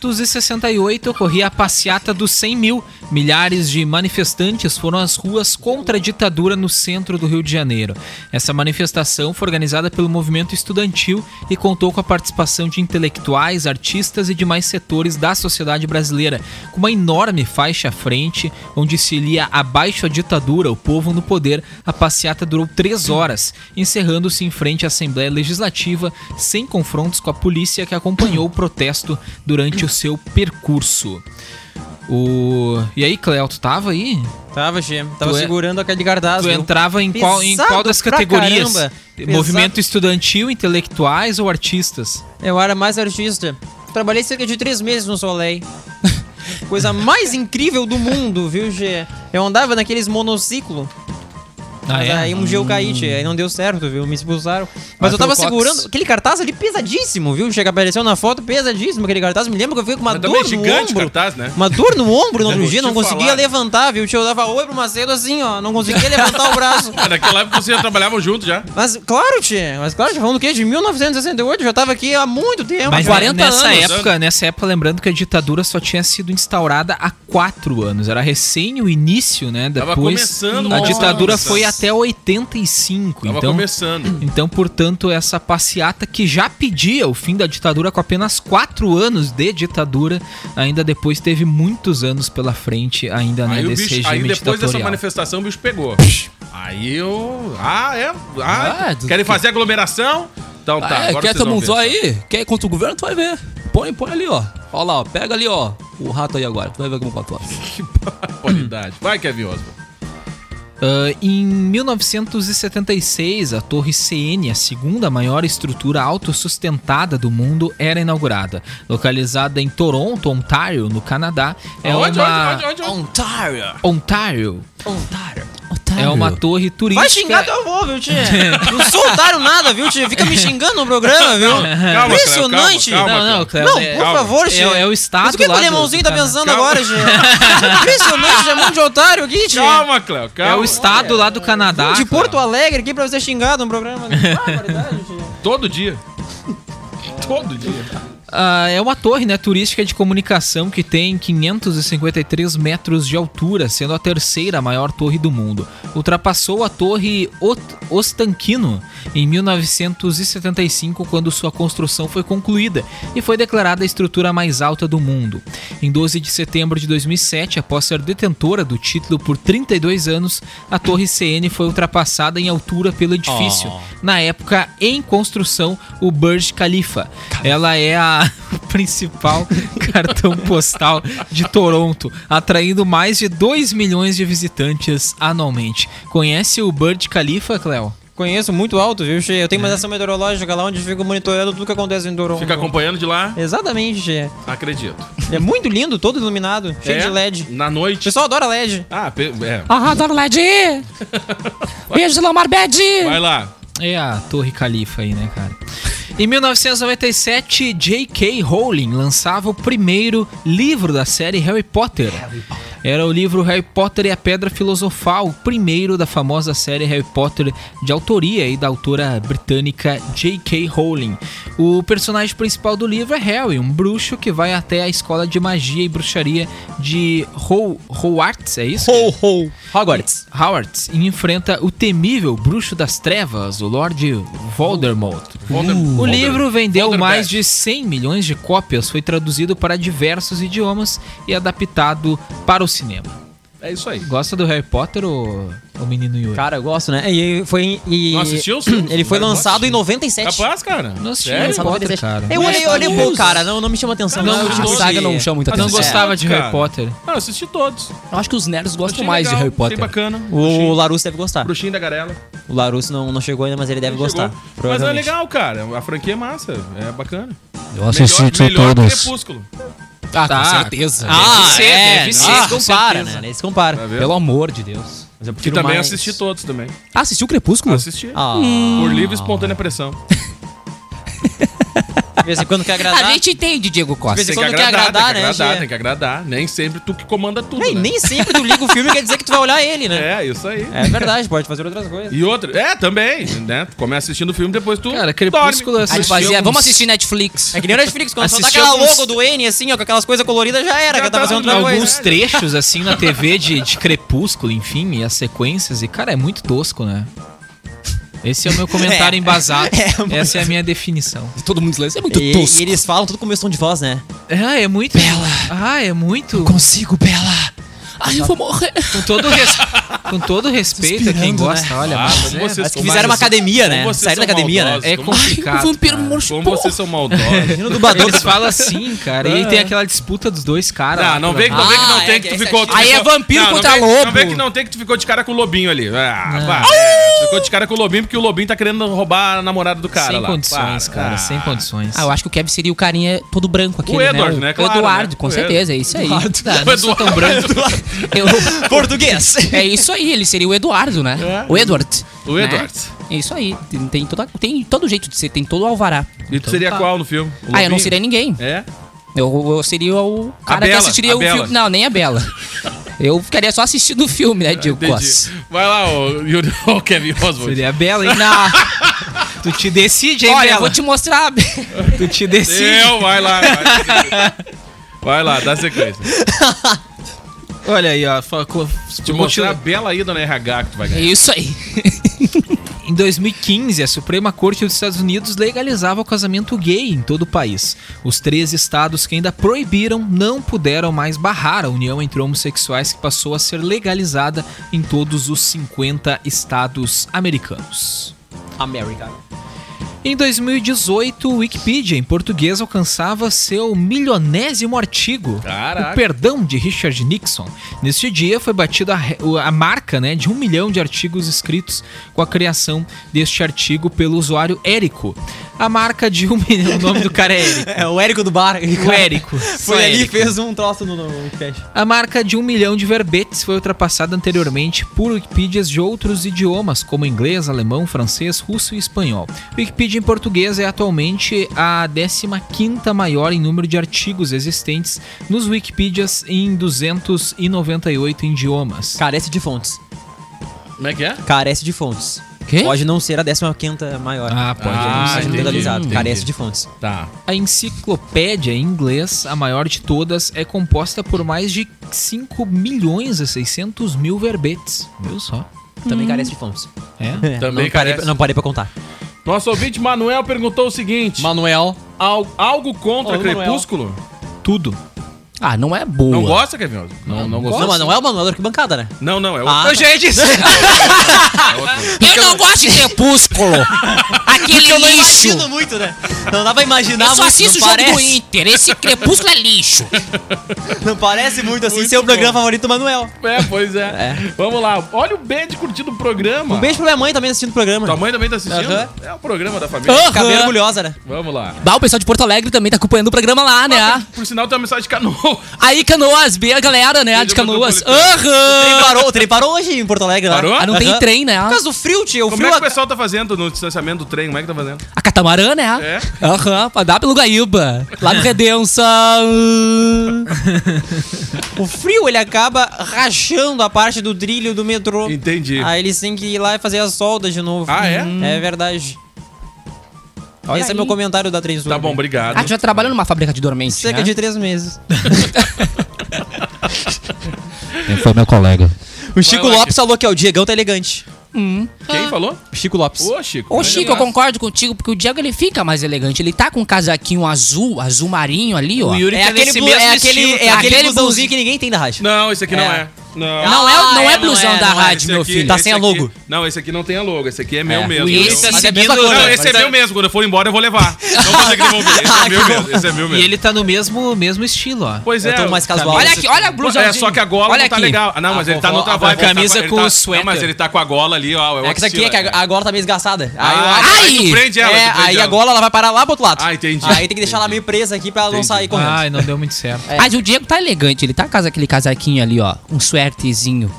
Speaker 2: 1968 ocorria a passeata dos 100 mil. Milhares de manifestantes foram às ruas contra a ditadura no centro do Rio de Janeiro. Essa manifestação foi organizada pelo movimento estudantil e contou com a participação de intelectuais, artistas e demais setores da sociedade brasileira, com uma enorme faixa à frente, onde se lia abaixo a ditadura, o povo no poder. A passeata durou três horas, encerrando-se em frente à Assembleia Legislativa, sem confrontos com a polícia que acompanhou o protesto durante o seu percurso. O... E aí, Cleo, tu tava aí?
Speaker 4: Tava, Gê. Tava
Speaker 2: Tu é-
Speaker 4: segurando aquele cartaz.
Speaker 2: Tu
Speaker 4: viu?
Speaker 2: entrava em qual, em
Speaker 4: Pesado
Speaker 2: qual das
Speaker 4: pra
Speaker 2: categorias?
Speaker 4: caramba.
Speaker 2: Movimento estudantil, intelectuais ou artistas?
Speaker 4: Eu era mais artista. Trabalhei cerca de três meses no Soleil. Coisa mais incrível do mundo, viu, Gê? Eu andava naqueles monociclo. mas
Speaker 2: é?
Speaker 4: aí um dia eu caí, Gê. Aí não deu certo, viu? Me expulsaram. Mas
Speaker 2: Ah,
Speaker 4: eu tava
Speaker 2: pelo Hum. Cox.
Speaker 4: segurando aquele cartaz ali pesadíssimo, viu? Chega apareceu na foto, pesadíssimo aquele cartaz. Me lembro que eu fiquei com uma
Speaker 1: Mas
Speaker 4: dor
Speaker 1: também é
Speaker 4: no
Speaker 1: gigante o
Speaker 4: ombro.
Speaker 1: cartaz, né?
Speaker 4: Uma dor no ombro no outro
Speaker 1: Vou
Speaker 4: dia,
Speaker 1: te
Speaker 4: não conseguia
Speaker 1: falar.
Speaker 4: levantar, viu? Tio, eu dava oi pro Macedo assim, ó. Não conseguia levantar o braço.
Speaker 1: Ah, Naquela época vocês já trabalhavam junto já.
Speaker 4: Mas claro, Tchê. Mas claro, tchê, falando do quê? De 1968, já tava aqui há muito tempo.
Speaker 2: Mas
Speaker 4: cara.
Speaker 2: nessa
Speaker 1: anos.
Speaker 2: época, nessa época, lembrando que a ditadura só tinha sido instaurada há quatro anos. Era recém o início, né?
Speaker 1: Tava
Speaker 2: Depois
Speaker 1: começando,
Speaker 2: a
Speaker 1: nossa.
Speaker 2: ditadura foi até 85.
Speaker 1: Tava
Speaker 2: então,
Speaker 1: começando.
Speaker 2: então, portanto, essa passeata que já pedia o fim da ditadura com apenas quatro anos de ditadura, ainda depois teve muitos anos pela frente ainda né,
Speaker 1: Aí, o
Speaker 2: desse
Speaker 1: bicho, aí
Speaker 2: regime
Speaker 1: depois dessa
Speaker 2: ditatorial.
Speaker 1: manifestação o bicho pegou. Aí eu. Ah, é? Ah,
Speaker 6: Ah, do-
Speaker 1: querem fazer aglomeração? Então tá.
Speaker 6: Ah, é,
Speaker 1: agora
Speaker 6: quer
Speaker 1: vocês
Speaker 6: tomar
Speaker 1: vão
Speaker 6: um
Speaker 1: ver.
Speaker 6: zóio aí? Quer ir contra o governo? Tu vai ver. Põe, põe ali, ó. Ó lá, ó. Pega ali, ó. O rato aí agora. Tu vai ver como controla.
Speaker 1: Qualidade. Vai, Kevin Oswald.
Speaker 2: Ah, em 1976, a Torre CN, a segunda maior estrutura autossustentada do mundo, era inaugurada. Localizada em Toronto, Ontário, no Canadá, é
Speaker 1: Onde,
Speaker 2: uma...
Speaker 1: onde, onde, onde, onde?
Speaker 4: Ontário.
Speaker 2: Ontário
Speaker 4: Ontário.
Speaker 2: é uma torre turística.
Speaker 4: Vai xingar teu avô, viu, Tchê? Não sou otário nada, viu, Tchê? Fica me xingando no programa, viu?
Speaker 1: Calma,
Speaker 4: Impressionante.
Speaker 1: Cleo, calma,
Speaker 2: Não, não,
Speaker 1: calma, Cleo.
Speaker 2: Cleo,
Speaker 4: Não,
Speaker 2: é-
Speaker 4: por favor, Tchê.
Speaker 2: é o- é o estado
Speaker 4: Mas o que, que o
Speaker 2: lá do-
Speaker 4: alemããozinho tá
Speaker 2: Calma.
Speaker 4: pensando
Speaker 1: Calma.
Speaker 4: agora, Tchê? Impressionante, já é um monte de otário aqui, Tchê.
Speaker 1: Calma, Cleo, calma.
Speaker 2: É o estado lá do Canadá. cara.
Speaker 4: De Porto Alegre aqui pra você xingar no programa. né? Barbaridade, Tchê.
Speaker 1: Todo dia. Todo dia.
Speaker 2: Ah, é uma torre né, turística de comunicação que tem 553 metros de altura, sendo a terceira maior torre do mundo. Ultrapassou a torre Ot- Ostankino em 1975, quando sua construção foi concluída e foi declarada a estrutura mais alta do mundo. Em 12 de setembro de 2007, após ser detentora do título por 32 anos, a torre CN foi ultrapassada em altura pelo edifício na época em construção, o Burj Khalifa. Ela é a principal cartão postal de Toronto, atraindo mais de 2 milhões de visitantes anualmente. Conhece o Burj Khalifa, Cleo?
Speaker 4: Conheço muito alto, viu, Che? Eu tenho uma estação meteorológica lá onde fico monitorando tudo que acontece em Toronto.
Speaker 1: É. Fica acompanhando de lá,
Speaker 4: Exatamente, Che.
Speaker 1: acredito.
Speaker 4: É muito lindo, todo iluminado, cheio
Speaker 1: É,
Speaker 4: de LED.
Speaker 1: Na
Speaker 4: O
Speaker 1: noite.
Speaker 4: pessoal adora LED.
Speaker 1: Ah, pe- é.
Speaker 6: Ah, adoro LED! Beijo, Lomar Bed!
Speaker 1: Vai lá.
Speaker 2: É a Torre Califa aí, né, cara? Em 1997, J.K. Rowling lançava o primeiro livro da série Harry Potter. Era o livro Harry Potter e a Pedra Filosofal, o primeiro da famosa série Harry Potter de autoria e da autora britânica J.K. Rowling. O personagem principal do livro é Harry, um bruxo que vai até a escola de magia e bruxaria de Ho- Hogwarts, é isso?
Speaker 4: Ho, ho. Hogwarts.
Speaker 2: Howard e enfrenta o temível bruxo das trevas, o Lorde Voldemort.
Speaker 4: Uh.
Speaker 2: O livro vendeu
Speaker 1: Voldemort.
Speaker 2: mais de 100 milhões de cópias, foi traduzido para diversos idiomas e adaptado para o cinema.
Speaker 1: É isso aí.
Speaker 2: Gosta do Harry Potter ou o menino Yuri?
Speaker 4: Cara, eu gosto, né? E foi. E...
Speaker 1: Não assistiu, sim?
Speaker 4: Ele foi
Speaker 1: Não
Speaker 4: lançado em 97.
Speaker 1: Capaz, cara.
Speaker 2: Não assisti
Speaker 1: Sério?
Speaker 2: Harry Potter,
Speaker 7: é
Speaker 4: 97.
Speaker 2: cara.
Speaker 4: Eu olhei, eu olhei um pouco, cara. Não, não me chama atenção.
Speaker 7: Não,
Speaker 4: eu
Speaker 7: a
Speaker 4: gosto
Speaker 7: saga
Speaker 4: de-
Speaker 7: não chama muita
Speaker 2: Eu não
Speaker 7: atenção.
Speaker 2: gostava de
Speaker 1: Cara.
Speaker 2: Harry Potter.
Speaker 1: Ah, eu assisti todos.
Speaker 7: Eu acho que os nerds gostam
Speaker 1: Achei
Speaker 7: mais
Speaker 1: legal,
Speaker 7: de Harry Potter.
Speaker 1: Achei bacana.
Speaker 4: O
Speaker 1: Bruxinho-
Speaker 4: Larusso deve gostar.
Speaker 1: Bruxinho da Garela.
Speaker 4: O Larusso não, não chegou ainda, mas ele deve gostar.
Speaker 1: Chegou. Mas é
Speaker 4: provavelmente.
Speaker 1: legal, cara. A franquia é massa. É bacana.
Speaker 7: Eu
Speaker 1: melhor que Crepúsculo.
Speaker 7: Ah,
Speaker 2: Tá.
Speaker 7: com certeza.
Speaker 4: Ah,
Speaker 2: Deve ser,
Speaker 4: é,
Speaker 2: deve ser,
Speaker 4: ah,
Speaker 2: com
Speaker 4: compara,
Speaker 2: certeza.
Speaker 4: né? Eles compara.
Speaker 1: Tá vendo?
Speaker 7: Pelo amor de Deus.
Speaker 4: Mas
Speaker 1: Que
Speaker 4: eu prefiro
Speaker 1: também
Speaker 4: mais-
Speaker 1: assisti todos também.
Speaker 7: Ah, assistiu o Crepúsculo?
Speaker 1: Assisti.
Speaker 4: Ah,
Speaker 1: Por livre e espontânea pressão.
Speaker 4: de vez em quando quer agradar.
Speaker 7: A gente entende, Diego Costa.
Speaker 4: Tem que
Speaker 1: tem
Speaker 4: agradar,
Speaker 1: que
Speaker 4: né,
Speaker 1: agradar,
Speaker 4: Gê?
Speaker 1: tem que agradar. Nem sempre tu que comanda tudo,
Speaker 4: Nem,
Speaker 1: né?
Speaker 4: É, nem sempre tu liga o filme quer dizer que tu vai olhar ele, né?
Speaker 1: É, isso aí.
Speaker 4: É, verdade, pode fazer outras coisas.
Speaker 1: E outra, é, também, né? Tu começa assistindo o filme, depois tu
Speaker 2: Cara, Crepúsculo
Speaker 1: dorme.
Speaker 2: assim, eu
Speaker 7: A gente
Speaker 2: assisti
Speaker 7: fazia,
Speaker 4: um
Speaker 2: alguns-
Speaker 7: vamos assistir Netflix.
Speaker 4: É que nem o Netflix, quando só dá
Speaker 2: Assistiu
Speaker 4: aquela
Speaker 2: alguns-
Speaker 4: logo do N, assim, ó, com aquelas coisas coloridas, já era,
Speaker 1: Já
Speaker 4: que tá
Speaker 1: tá
Speaker 4: fazendo outra coisa.
Speaker 2: Alguns trechos, assim, na TV de, de Crepúsculo, enfim, e as sequências. E, cara, é muito tosco, né? Esse é o meu comentário
Speaker 4: É.
Speaker 2: embasado.
Speaker 4: É, muito.
Speaker 2: Essa é a minha definição.
Speaker 7: Todo mundo lê, é muito
Speaker 4: E,
Speaker 7: tosco.
Speaker 4: e eles falam tudo com o meu tom de voz, né?
Speaker 2: Ah, é muito.
Speaker 7: Bela.
Speaker 2: Ah, é muito.
Speaker 7: Consigo, Bela. Ai, eu vou morrer.
Speaker 2: Com todo, res- com todo respeito a quem
Speaker 7: Suspirando,
Speaker 2: gosta,
Speaker 7: né?
Speaker 2: olha,
Speaker 1: Ah,
Speaker 2: mas
Speaker 1: como
Speaker 2: é,
Speaker 1: vocês
Speaker 2: mas
Speaker 1: são
Speaker 2: que
Speaker 4: Fizeram uma
Speaker 1: vocês-
Speaker 4: academia,
Speaker 1: como
Speaker 4: né?
Speaker 1: vocês
Speaker 4: Saíram da
Speaker 1: são
Speaker 4: academia, né?
Speaker 1: maldosos,
Speaker 2: é
Speaker 1: como-
Speaker 7: Ai,
Speaker 2: complicado.
Speaker 7: o vampiro
Speaker 2: cara.
Speaker 7: morto.
Speaker 1: Como vocês são maldosos.
Speaker 4: No dublador.
Speaker 2: Eles falam assim, cara, e aí tem aquela disputa dos dois caras. lá
Speaker 1: Não, não
Speaker 2: pela-
Speaker 1: vem que não, vem que não
Speaker 4: Ah,
Speaker 1: tem
Speaker 4: é,
Speaker 1: que
Speaker 4: que
Speaker 1: tu
Speaker 4: esse
Speaker 1: ficou...
Speaker 4: é
Speaker 1: tu
Speaker 4: chato.
Speaker 7: Aí é
Speaker 1: ficou-
Speaker 7: vampiro
Speaker 1: não, não
Speaker 7: contra
Speaker 1: vem- Não
Speaker 7: lobo.
Speaker 1: vem que não tem que tu ficou de cara com o lobinho ali. Ah, pá. é, Tu ficou de cara com o lobinho porque o lobinho tá querendo roubar a namorada do cara
Speaker 2: sem
Speaker 1: lá.
Speaker 2: condições,
Speaker 1: Para.
Speaker 2: cara,
Speaker 1: Ah.
Speaker 2: sem condições.
Speaker 7: Ah, eu acho que o Kevin seria o carinha todo branco aqui.
Speaker 1: Edward,
Speaker 7: O-
Speaker 1: né?
Speaker 7: o
Speaker 1: Claro,
Speaker 7: Eduardo,
Speaker 1: né?
Speaker 7: com
Speaker 1: O
Speaker 7: certeza, é isso aí. Tá,
Speaker 1: O Eduardo.
Speaker 7: eu-
Speaker 4: Português.
Speaker 7: é isso aí, ele seria o Eduardo, né? O Edward.
Speaker 1: É. O
Speaker 7: né?
Speaker 1: Edward.
Speaker 7: É isso aí. Tem, tem, toda, tem todo jeito de ser, tem todo o alvará.
Speaker 1: E tu
Speaker 2: Então tá.
Speaker 1: seria qual no filme? O
Speaker 7: Ah, eu não
Speaker 1: lobinho?
Speaker 7: seria ninguém.
Speaker 1: É?
Speaker 7: Eu, eu seria o cara que
Speaker 1: Bela,
Speaker 7: assistiria
Speaker 1: a
Speaker 7: o
Speaker 1: Bela.
Speaker 7: filme. Não, nem a Bela. Eu ficaria só assistindo o filme, né, Diego Costa?
Speaker 1: Entendi. Vai lá, o, Yuri- o Kevin Oswald.
Speaker 2: Seria bela, hein? tu te decide, hein,
Speaker 7: Olha, eu
Speaker 2: Bela?
Speaker 7: vou te mostrar.
Speaker 2: Tu te decide.
Speaker 1: Eu, vai lá. Vai, vai lá, dá sequência.
Speaker 2: Olha aí, ó. fa- co-
Speaker 1: Te mostrar a bela ida na RH que tu vai
Speaker 7: É
Speaker 1: ganhar.
Speaker 7: isso aí.
Speaker 2: Em 2015, a Suprema Corte dos Estados Unidos legalizava o casamento gay em todo o país. Os três estados que ainda proibiram não puderam mais barrar a união entre homossexuais que passou a ser legalizada em todos os 50 estados americanos.
Speaker 4: America.
Speaker 2: Em 2018, o Wikipedia em português alcançava seu milionésimo artigo.
Speaker 1: Caraca.
Speaker 2: O perdão de Richard Nixon. Neste dia foi batida a, re- a marca né, de um milhão de artigos escritos com a criação deste artigo pelo usuário Érico. A marca de um milhão. O nome do cara é Érico.
Speaker 4: É, o Érico do bar.
Speaker 2: O Érico. Só
Speaker 4: Foi ali e
Speaker 2: Érico.
Speaker 4: fez um troço no, no cast.
Speaker 2: A marca de um milhão de verbetes foi ultrapassada anteriormente por Wikipedias de outros idiomas, como inglês, alemão, francês, russo e espanhol. Wikipedia em português é atualmente a 15ª maior em número de artigos existentes nos Wikipedias em 298 idiomas.
Speaker 4: Carece de fontes.
Speaker 1: Como é que é?
Speaker 4: Carece de fontes.
Speaker 7: Quê?
Speaker 4: Pode não ser a 15 maior.
Speaker 2: Ah, pode.
Speaker 1: Ah,
Speaker 4: Não seja
Speaker 1: entendi,
Speaker 4: legalizado.
Speaker 1: entendi.
Speaker 4: Carece de fontes.
Speaker 1: Tá.
Speaker 2: A enciclopédia em inglês, a maior de todas, é composta por mais de 5 milhões e 600 mil verbetes. Viu só?
Speaker 4: Também carece de fontes.
Speaker 2: É.
Speaker 1: Também
Speaker 4: não parei,
Speaker 1: carece.
Speaker 4: não parei pra contar.
Speaker 1: né? Nosso ouvinte Manuel perguntou o seguinte:
Speaker 4: Manuel.
Speaker 1: al- algo contra
Speaker 4: Ô,
Speaker 1: Crepúsculo?
Speaker 2: Tudo.
Speaker 7: Ah, não é boa.
Speaker 1: Não gosta, Kevin Oswald? Não, não
Speaker 4: Não,
Speaker 1: gostou?
Speaker 4: mas não é o Manuel da arquibancada, né?
Speaker 1: Não, não, é outro.
Speaker 4: Ah,
Speaker 2: Eu já ia dizer.
Speaker 1: é outro.
Speaker 7: Eu não gosto de crepúsculo. Aquele
Speaker 4: eu não
Speaker 7: lixo. Ah,
Speaker 4: imagino muito, né? Não dá pra imaginar
Speaker 7: Eu só
Speaker 4: muito,
Speaker 7: assisto o
Speaker 4: não
Speaker 7: jogo
Speaker 4: parece,
Speaker 7: do Inter. Esse crepúsculo é lixo.
Speaker 4: Não parece muito assim
Speaker 1: Muito
Speaker 4: ser o programa
Speaker 1: bom.
Speaker 4: favorito do Manuel.
Speaker 1: É, pois é. Vamos lá. Olha o Bad curtindo o programa.
Speaker 4: Um beijo pra minha mãe também assistindo o programa.
Speaker 1: Tua mãe também tá assistindo?
Speaker 4: Aham.
Speaker 1: É o programa da família.
Speaker 4: Fica bem
Speaker 7: Aham.
Speaker 4: orgulhosa, né?
Speaker 1: Vamos lá.
Speaker 7: Bah, o pessoal de Porto Alegre também tá acompanhando o programa lá,
Speaker 2: É.
Speaker 7: né?
Speaker 1: Por sinal, tem uma mensagem de canoa.
Speaker 7: Aí, Canoas, bem a galera, né? De Canoas.
Speaker 4: O trem
Speaker 7: Aham.
Speaker 4: parou, o trem parou hoje em Porto Alegre, né?
Speaker 1: Parou?
Speaker 7: Ah, não tem
Speaker 4: Aham.
Speaker 7: trem, né?
Speaker 4: Por causa do frio, tio. O
Speaker 1: Como
Speaker 4: frio
Speaker 1: é que o
Speaker 4: ac-
Speaker 1: pessoal tá fazendo no distanciamento do trem? Como é que tá fazendo?
Speaker 7: A catamarã, né?
Speaker 1: É.
Speaker 2: Aham, pra dar pelo Gaíba. Lá no Redenção.
Speaker 4: O frio ele acaba rachando a parte do trilho do metrô.
Speaker 1: Entendi.
Speaker 4: Aí eles têm que ir lá e fazer a solda de novo.
Speaker 1: Ah, é?
Speaker 4: É verdade. Esse é meu comentário da Trenzura.
Speaker 1: Tá bom, obrigado.
Speaker 2: Ah, tu já trabalhou numa fábrica de dormência?
Speaker 4: Cerca
Speaker 2: né?
Speaker 4: de três meses.
Speaker 2: Foi meu colega.
Speaker 4: O Chico
Speaker 1: lá,
Speaker 4: Lopes falou que é o Diegão tá elegante.
Speaker 1: Quem falou?
Speaker 4: Chico Lopes.
Speaker 1: Ô, Chico.
Speaker 2: Ô,
Speaker 1: grande
Speaker 2: Chico, eu
Speaker 1: abraço.
Speaker 2: concordo contigo, porque o Diego ele fica mais elegante. Ele tá com um casaquinho azul, azul marinho ali, ó.
Speaker 3: O Yuri
Speaker 4: É
Speaker 3: tá
Speaker 4: aquele,
Speaker 3: nesse
Speaker 4: blu-
Speaker 3: mesmo
Speaker 4: é aquele,
Speaker 3: estilo.
Speaker 4: é aquele,
Speaker 2: Aquele
Speaker 4: blusãozinho
Speaker 2: blusinho.
Speaker 4: que ninguém tem na rádio.
Speaker 1: Não, esse aqui não
Speaker 4: É.
Speaker 1: é. Não.
Speaker 2: Não é, o-
Speaker 4: Ah,
Speaker 2: não
Speaker 4: é,
Speaker 2: é
Speaker 4: não
Speaker 2: blusão
Speaker 4: é,
Speaker 2: da
Speaker 4: não é.
Speaker 2: rádio,
Speaker 1: Esse
Speaker 2: meu
Speaker 1: aqui-
Speaker 2: filho.
Speaker 4: Tá
Speaker 1: esse
Speaker 4: sem a
Speaker 1: aqui-
Speaker 4: logo.
Speaker 1: não, esse aqui não tem a logo. Esse aqui é meu
Speaker 2: É,
Speaker 1: mesmo.
Speaker 2: o Yuri
Speaker 1: Eu-
Speaker 2: tá
Speaker 3: Mas
Speaker 2: seguindo...
Speaker 3: é a mesma coisa.
Speaker 1: Não, esse é meu mesmo. Quando eu for embora, eu vou levar. Não vou ter que devolver. Esse é
Speaker 4: Ah,
Speaker 1: meu mesmo. Esse é meu
Speaker 3: E
Speaker 1: mesmo.
Speaker 3: ele tá no mesmo, mesmo estilo, ó.
Speaker 1: Pois é.
Speaker 4: Eu tô Tá mais casual.
Speaker 2: Olha aqui, olha a blusa.
Speaker 1: É, só que a gola
Speaker 2: olha
Speaker 1: não tá
Speaker 2: aqui.
Speaker 1: legal. Ah, Não, mas
Speaker 4: A
Speaker 1: ele tá
Speaker 4: vovó-
Speaker 1: no
Speaker 4: a
Speaker 1: trabalho.
Speaker 3: vovó- camisa com o suéter.
Speaker 1: Não, mas ele tá com a gola ali, ó.
Speaker 4: É que essa aqui é que
Speaker 1: a
Speaker 4: agora tá meio desgastada. Aí, eu
Speaker 1: Ah,
Speaker 4: acho-
Speaker 1: aí tu
Speaker 2: Ai!
Speaker 1: prende ela.
Speaker 4: é,
Speaker 1: tu prende
Speaker 4: aí
Speaker 1: ela.
Speaker 4: a gola ela vai parar lá pro outro lado.
Speaker 1: Ah, entendi.
Speaker 4: Aí tem que deixar ela meio presa aqui pra ela não
Speaker 1: Entendi.
Speaker 4: sair correndo.
Speaker 3: Ai, não deu muito certo.
Speaker 4: É.
Speaker 2: Mas o Diego tá elegante, ele tá com aquele casaquinho ali, ó. Um suertezinho.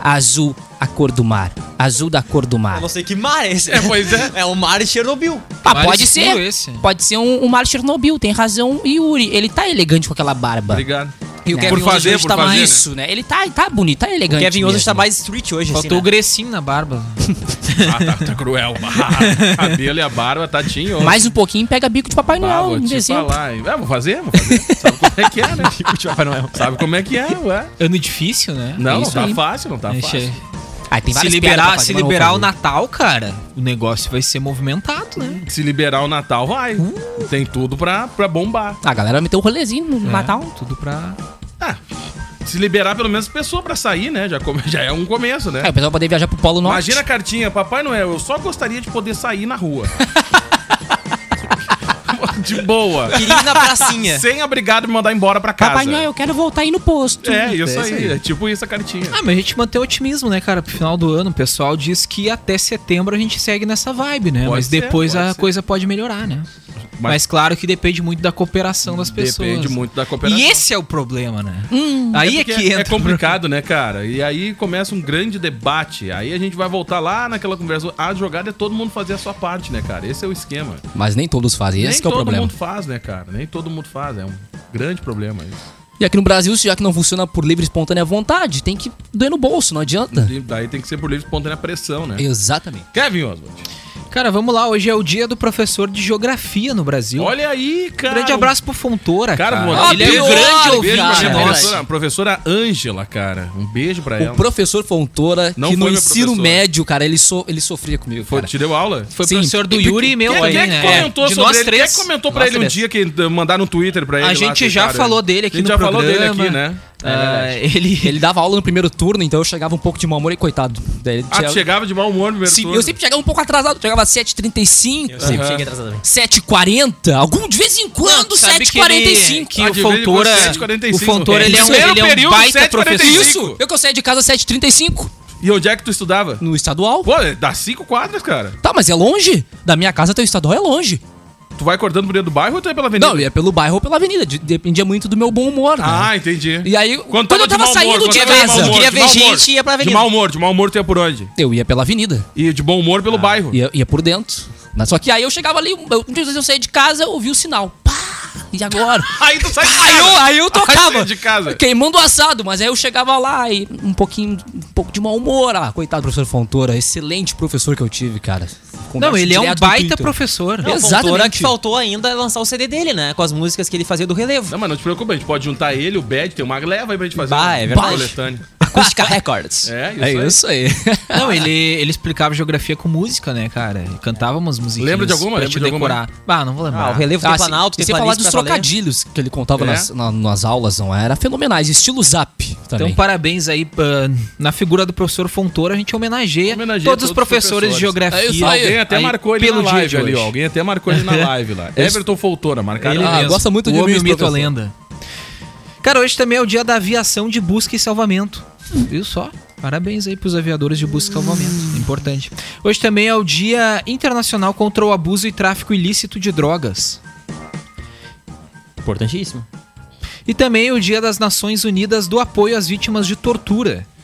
Speaker 2: Azul, a cor do mar. Azul da cor do
Speaker 4: Eu
Speaker 2: mar.
Speaker 4: não sei que mar é esse.
Speaker 1: É, pois é.
Speaker 4: É o mar de Chernobyl.
Speaker 2: Ah,
Speaker 3: Mar
Speaker 2: pode
Speaker 3: escuro
Speaker 2: ser.
Speaker 3: esse.
Speaker 2: Pode ser um, um mar Chernobyl, tem razão. E Yuri, ele tá elegante com aquela barba.
Speaker 1: Obrigado.
Speaker 4: E o
Speaker 2: Né?
Speaker 4: Kevin
Speaker 1: Tá É. Por fazer,
Speaker 4: hoje
Speaker 1: por
Speaker 4: tá
Speaker 1: fazer, né?
Speaker 4: mais...
Speaker 2: Isso, né? Ele tá, tá bonito, tá
Speaker 4: O
Speaker 2: elegante.
Speaker 4: Kevin hoje
Speaker 2: mesmo.
Speaker 4: tá mais street hoje, assim,
Speaker 3: Faltou o
Speaker 4: né?
Speaker 3: grecinho na barba.
Speaker 1: Ah, tá, tá cruel. Ah, cabelo e a barba, tadinho.
Speaker 2: Mais um pouquinho pega bico de
Speaker 1: Ah,
Speaker 2: Papai
Speaker 4: um
Speaker 2: Noel
Speaker 1: vou
Speaker 2: em
Speaker 1: te
Speaker 2: dezembro.
Speaker 1: falar. hein. É, vou fazer, vou fazer. Sabe como é que é, né?
Speaker 4: Tipo,
Speaker 1: Sabe como é que é, ué.
Speaker 3: Ano difícil, né?
Speaker 4: É
Speaker 1: Não, não
Speaker 2: isso
Speaker 1: tá
Speaker 2: aí.
Speaker 1: fácil, não tá
Speaker 3: Deixa
Speaker 1: fácil.
Speaker 3: aí. é
Speaker 2: Ah, tem
Speaker 3: Se
Speaker 2: várias piadas pra
Speaker 3: liberar,
Speaker 2: fazer,
Speaker 3: se
Speaker 2: mas não vou
Speaker 3: liberar o
Speaker 2: fazer.
Speaker 3: Natal, cara, o negócio vai ser movimentado, né?
Speaker 1: Se liberar o Natal, vai.
Speaker 4: Uh.
Speaker 1: Tem tudo pra, pra bombar.
Speaker 2: Ah, A galera meteu um rolezinho no Natal.
Speaker 3: É, tudo pra.
Speaker 1: Ah, se liberar pelo menos pessoa pra sair, né? Já, come- já é um começo, né?
Speaker 2: É, o pessoal poder viajar pro Polo Norte.
Speaker 1: Imagina a cartinha, Papai Noel, eu só gostaria de poder sair na rua. de boa.
Speaker 4: Queria ir na pracinha.
Speaker 1: Sem obrigado me mandar embora pra casa.
Speaker 2: Papai Noel, eu quero voltar aí no posto.
Speaker 1: É, isso
Speaker 3: É isso
Speaker 1: aí.
Speaker 3: aí.
Speaker 1: É tipo isso a cartinha.
Speaker 3: Ah, mas a gente mantém o otimismo, né, cara? Pro final do ano, o pessoal diz que até setembro a gente segue nessa vibe, né?
Speaker 1: Pode
Speaker 3: mas
Speaker 1: ser,
Speaker 3: depois
Speaker 1: pode
Speaker 3: a
Speaker 1: ser.
Speaker 3: coisa pode melhorar, né? Mas, claro que depende muito da cooperação das pessoas.
Speaker 1: Depende muito da cooperação.
Speaker 3: E esse é o problema, né? Aí é,
Speaker 1: Porque
Speaker 3: que entra.
Speaker 1: é complicado, né, cara? E aí começa um grande debate. Aí a gente vai voltar lá naquela conversa. A jogada é todo mundo fazer a sua parte, né, cara? Esse é o esquema.
Speaker 2: Mas nem todos fazem,
Speaker 1: Nem
Speaker 2: esse que é o
Speaker 1: todo
Speaker 2: problema.
Speaker 1: mundo faz, né, cara? Nem todo mundo faz. É um grande problema isso.
Speaker 2: E aqui no Brasil, já que não funciona por livre e espontânea vontade, tem que doer no bolso, não adianta.
Speaker 1: E daí tem que ser por livre e espontânea pressão, né?
Speaker 2: Exatamente.
Speaker 1: Kevin Oswald.
Speaker 3: Cara, vamos lá. Hoje é o dia do professor de geografia no Brasil.
Speaker 1: Olha aí, cara.
Speaker 3: um Grande abraço pro Fontoura,
Speaker 1: Cara,
Speaker 3: cara.
Speaker 1: vou mandar
Speaker 3: Ele é um
Speaker 2: beijo,
Speaker 3: grande
Speaker 2: beijo
Speaker 1: Beijo pra
Speaker 3: ouvinte
Speaker 1: minha
Speaker 2: cara.
Speaker 3: nosso.
Speaker 1: professora, professora Ângela, cara. Um beijo pra ela.
Speaker 2: O professor Fontoura,
Speaker 1: Não
Speaker 2: que
Speaker 1: foi
Speaker 2: no
Speaker 1: meu
Speaker 2: ensino
Speaker 1: professor.
Speaker 2: médio, cara, ele, so, ele sofria comigo,
Speaker 1: Foi,
Speaker 2: cara.
Speaker 1: te deu aula?
Speaker 3: Foi
Speaker 2: Sim.
Speaker 3: professor do
Speaker 2: E-
Speaker 3: Yuri e meu
Speaker 1: Quem,
Speaker 3: aí,
Speaker 1: quem é
Speaker 3: né?
Speaker 1: que comentou
Speaker 3: É, de
Speaker 1: sobre
Speaker 3: nós
Speaker 1: ele? Quem é
Speaker 3: três.
Speaker 1: que comentou pra ele um dia que eh, mandaram no Twitter pra ele?
Speaker 3: A
Speaker 1: lá,
Speaker 3: gente
Speaker 1: assim,
Speaker 3: já
Speaker 1: cara,
Speaker 3: falou dele aqui
Speaker 1: A gente
Speaker 3: no
Speaker 1: já falou dele
Speaker 3: programa.
Speaker 1: aqui, né?
Speaker 3: Ah, ele...
Speaker 2: Ele dava aula no primeiro turno, então eu chegava um pouco de mau humor e coitado. Daí ele
Speaker 1: Ah, tu
Speaker 2: tinha-
Speaker 1: chegava de mau humor no primeiro
Speaker 2: Sim,
Speaker 1: turno.
Speaker 2: eu sempre chegava um pouco atrasado, chegava às 7h35,
Speaker 4: Sempre
Speaker 1: É.
Speaker 4: cheguei atrasado.
Speaker 2: 7h40, algum de vez em quando,
Speaker 3: Sabe que ele-
Speaker 2: 7h45.
Speaker 3: Que
Speaker 1: Ah,
Speaker 3: o
Speaker 1: de vez em quando,
Speaker 3: Fontoura,
Speaker 1: 7h45.
Speaker 3: é- o Fontoura,
Speaker 1: É.
Speaker 3: ele é um,
Speaker 1: Primeiro
Speaker 3: ele é um
Speaker 1: período,
Speaker 3: baita
Speaker 1: 7h45.
Speaker 3: professor. Hum.
Speaker 2: Isso, eu que eu saio de casa às 7h35
Speaker 1: E onde é que tu estudava?
Speaker 2: no estadual.
Speaker 1: Pô, dá cinco quadras, cara.
Speaker 2: Tá, mas é longe? Da minha casa até o estadual é longe.
Speaker 1: Tu vai cortando por dentro do bairro ou tu é pela avenida?
Speaker 2: Não, ia pelo bairro ou pela avenida, de- dependia muito do meu bom humor, né?
Speaker 1: Ah, entendi.
Speaker 2: E aí,
Speaker 1: Quando
Speaker 2: quando,
Speaker 1: tava
Speaker 2: eu tava
Speaker 1: de mau
Speaker 2: saindo
Speaker 1: humor,
Speaker 2: de
Speaker 1: quando tava de mau
Speaker 2: casa,
Speaker 1: humor,
Speaker 2: eu,
Speaker 4: Queria
Speaker 1: de
Speaker 4: ver
Speaker 1: mau humor.
Speaker 4: gente e ia pra
Speaker 1: De
Speaker 4: avenida.
Speaker 1: mau humor, de mau humor tu ia por onde? Ah,
Speaker 2: ia pela avenida,
Speaker 1: E de bom humor pelo bairro.
Speaker 2: ia, ia por dentro. Mas só que aí eu chegava ali, eu, muitas vezes eu saía de casa, eu ouvi o sinal. Pá! E agora?
Speaker 1: Aí tu sai de
Speaker 2: Aí eu, aí eu
Speaker 1: Aí sai
Speaker 2: tocava.
Speaker 1: de casa.
Speaker 2: Queimando o assado, mas aí eu chegava lá e um pouquinho, um pouco de mau humor. Ah, coitado do professor Fontoura, excelente professor que eu tive, cara.
Speaker 3: Não,
Speaker 2: Conversa
Speaker 3: ele é um
Speaker 2: direto no
Speaker 3: baita
Speaker 2: Twitter.
Speaker 3: professor.
Speaker 2: Não,
Speaker 4: O Fontoura
Speaker 2: Exatamente.
Speaker 4: que faltou ainda é lançar o CD dele, né? Com as músicas que ele fazia do relevo.
Speaker 1: Não, mas não te preocupa, a gente pode juntar ele, o Bad, tem uma leva aí pra gente fazer. um
Speaker 4: Bah,
Speaker 1: uma-
Speaker 4: é verdade.
Speaker 1: uma coletânea.
Speaker 4: Acústica Records.
Speaker 1: É, isso
Speaker 2: É
Speaker 1: aí.
Speaker 2: isso aí.
Speaker 3: Não, ele, ele explicava geografia com música, né, cara? Ele Cantava umas musiquinhas.
Speaker 1: Lembra de alguma?
Speaker 3: Pra
Speaker 1: Lembra
Speaker 3: te
Speaker 1: de alguma?
Speaker 3: decorar. Ah, não vou lembrar.
Speaker 4: Ah, o relevo tem
Speaker 2: Ah, sim.
Speaker 4: Planalto, tem
Speaker 2: E sem falar
Speaker 4: Planície
Speaker 2: dos
Speaker 4: pra valer.
Speaker 2: trocadilhos que ele contava
Speaker 1: É.
Speaker 2: nas, na- nas aulas, não é? Era fenomenais, estilo zap também.
Speaker 3: Então, parabéns aí ah, na figura do professor Fontoura, a gente homenageia, todos,
Speaker 1: Homenageia todos
Speaker 3: os
Speaker 1: os
Speaker 3: professores,
Speaker 1: professores.
Speaker 3: de geografia.
Speaker 2: É isso
Speaker 1: Alguém até
Speaker 3: aí,
Speaker 1: marcou ele
Speaker 3: pelo
Speaker 1: na
Speaker 3: dia
Speaker 1: live
Speaker 3: de
Speaker 1: ali,
Speaker 3: hoje.
Speaker 1: ó. Alguém até marcou ele na live lá.
Speaker 3: Esse-
Speaker 1: Everton Foltora, marcaram.
Speaker 3: Ele
Speaker 2: Ah,
Speaker 3: mesmo.
Speaker 2: gosta muito
Speaker 3: o
Speaker 2: de
Speaker 3: homem,
Speaker 2: mim,
Speaker 3: o
Speaker 2: esse
Speaker 3: mito, a
Speaker 2: professor.
Speaker 3: lenda. Cara, hoje também é o dia da aviação de busca e salvamento. Viu só? Parabéns aí pros aviadores de busca e salvamento. Importante. Hoje também é o dia internacional contra o abuso e tráfico ilícito de drogas.
Speaker 4: Importantíssimo.
Speaker 3: E também o dia das Nações Unidas do apoio às vítimas de tortura. E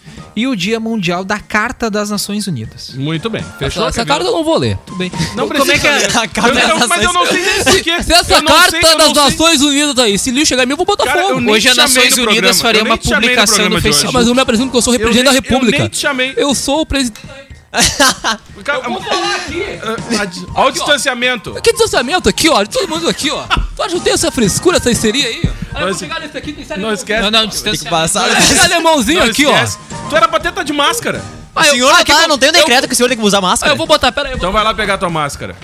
Speaker 3: e o Dia Mundial da Carta das Nações Unidas.
Speaker 1: Muito bem. Fechou?
Speaker 2: Essa
Speaker 1: Camila?
Speaker 2: cara eu não vou ler.
Speaker 3: Tudo bem.
Speaker 1: Não
Speaker 3: Como
Speaker 1: precisa.
Speaker 3: é que é?
Speaker 4: a carta
Speaker 1: eu não,
Speaker 4: das
Speaker 1: mas eu não sei nem se que.
Speaker 2: Se essa carta é das Nações Unidas aí, se lixo chegar em mim, eu vou botar
Speaker 1: Cara, eu
Speaker 2: fogo.
Speaker 1: nem
Speaker 3: Hoje
Speaker 1: te
Speaker 3: a
Speaker 1: chamei
Speaker 3: Nações
Speaker 1: no
Speaker 3: Unidas
Speaker 1: programa,
Speaker 3: faria
Speaker 1: eu
Speaker 3: uma
Speaker 1: nem te chamei no
Speaker 3: publicação
Speaker 1: programa
Speaker 3: no
Speaker 1: de hoje.
Speaker 2: Ah,
Speaker 3: Facebook.
Speaker 2: mas eu me apresento porque eu sou o representante da
Speaker 1: nem- eu
Speaker 2: República.
Speaker 1: nem te chamei.
Speaker 2: Eu sou o presidente.
Speaker 1: Cara, ah, adi- Olha o distanciamento.
Speaker 2: Que distanciamento aqui, ó. de Todo mundo aqui, ó. Tu ajudei essa frescura, essa histeria aí? ó.
Speaker 1: Nós-
Speaker 2: Obrigado, esse aqui tem sério.
Speaker 1: Não esquece.
Speaker 3: Não, não, distância.
Speaker 4: Passado.
Speaker 2: Esse alemãozinho
Speaker 1: não
Speaker 2: aqui,
Speaker 1: esquece. Tu era pra ter tá de máscara.
Speaker 2: ó. Ah, eu-
Speaker 4: Senhor,
Speaker 2: ah,
Speaker 4: não
Speaker 2: que
Speaker 4: tá,
Speaker 2: bom.
Speaker 4: não tem o
Speaker 2: Eu-
Speaker 4: decreto que o senhor tem que usar
Speaker 2: Ah,
Speaker 4: máscara.
Speaker 2: eu vou botar, pera aí. eu vou-
Speaker 1: Então vai lá pegar tua máscara.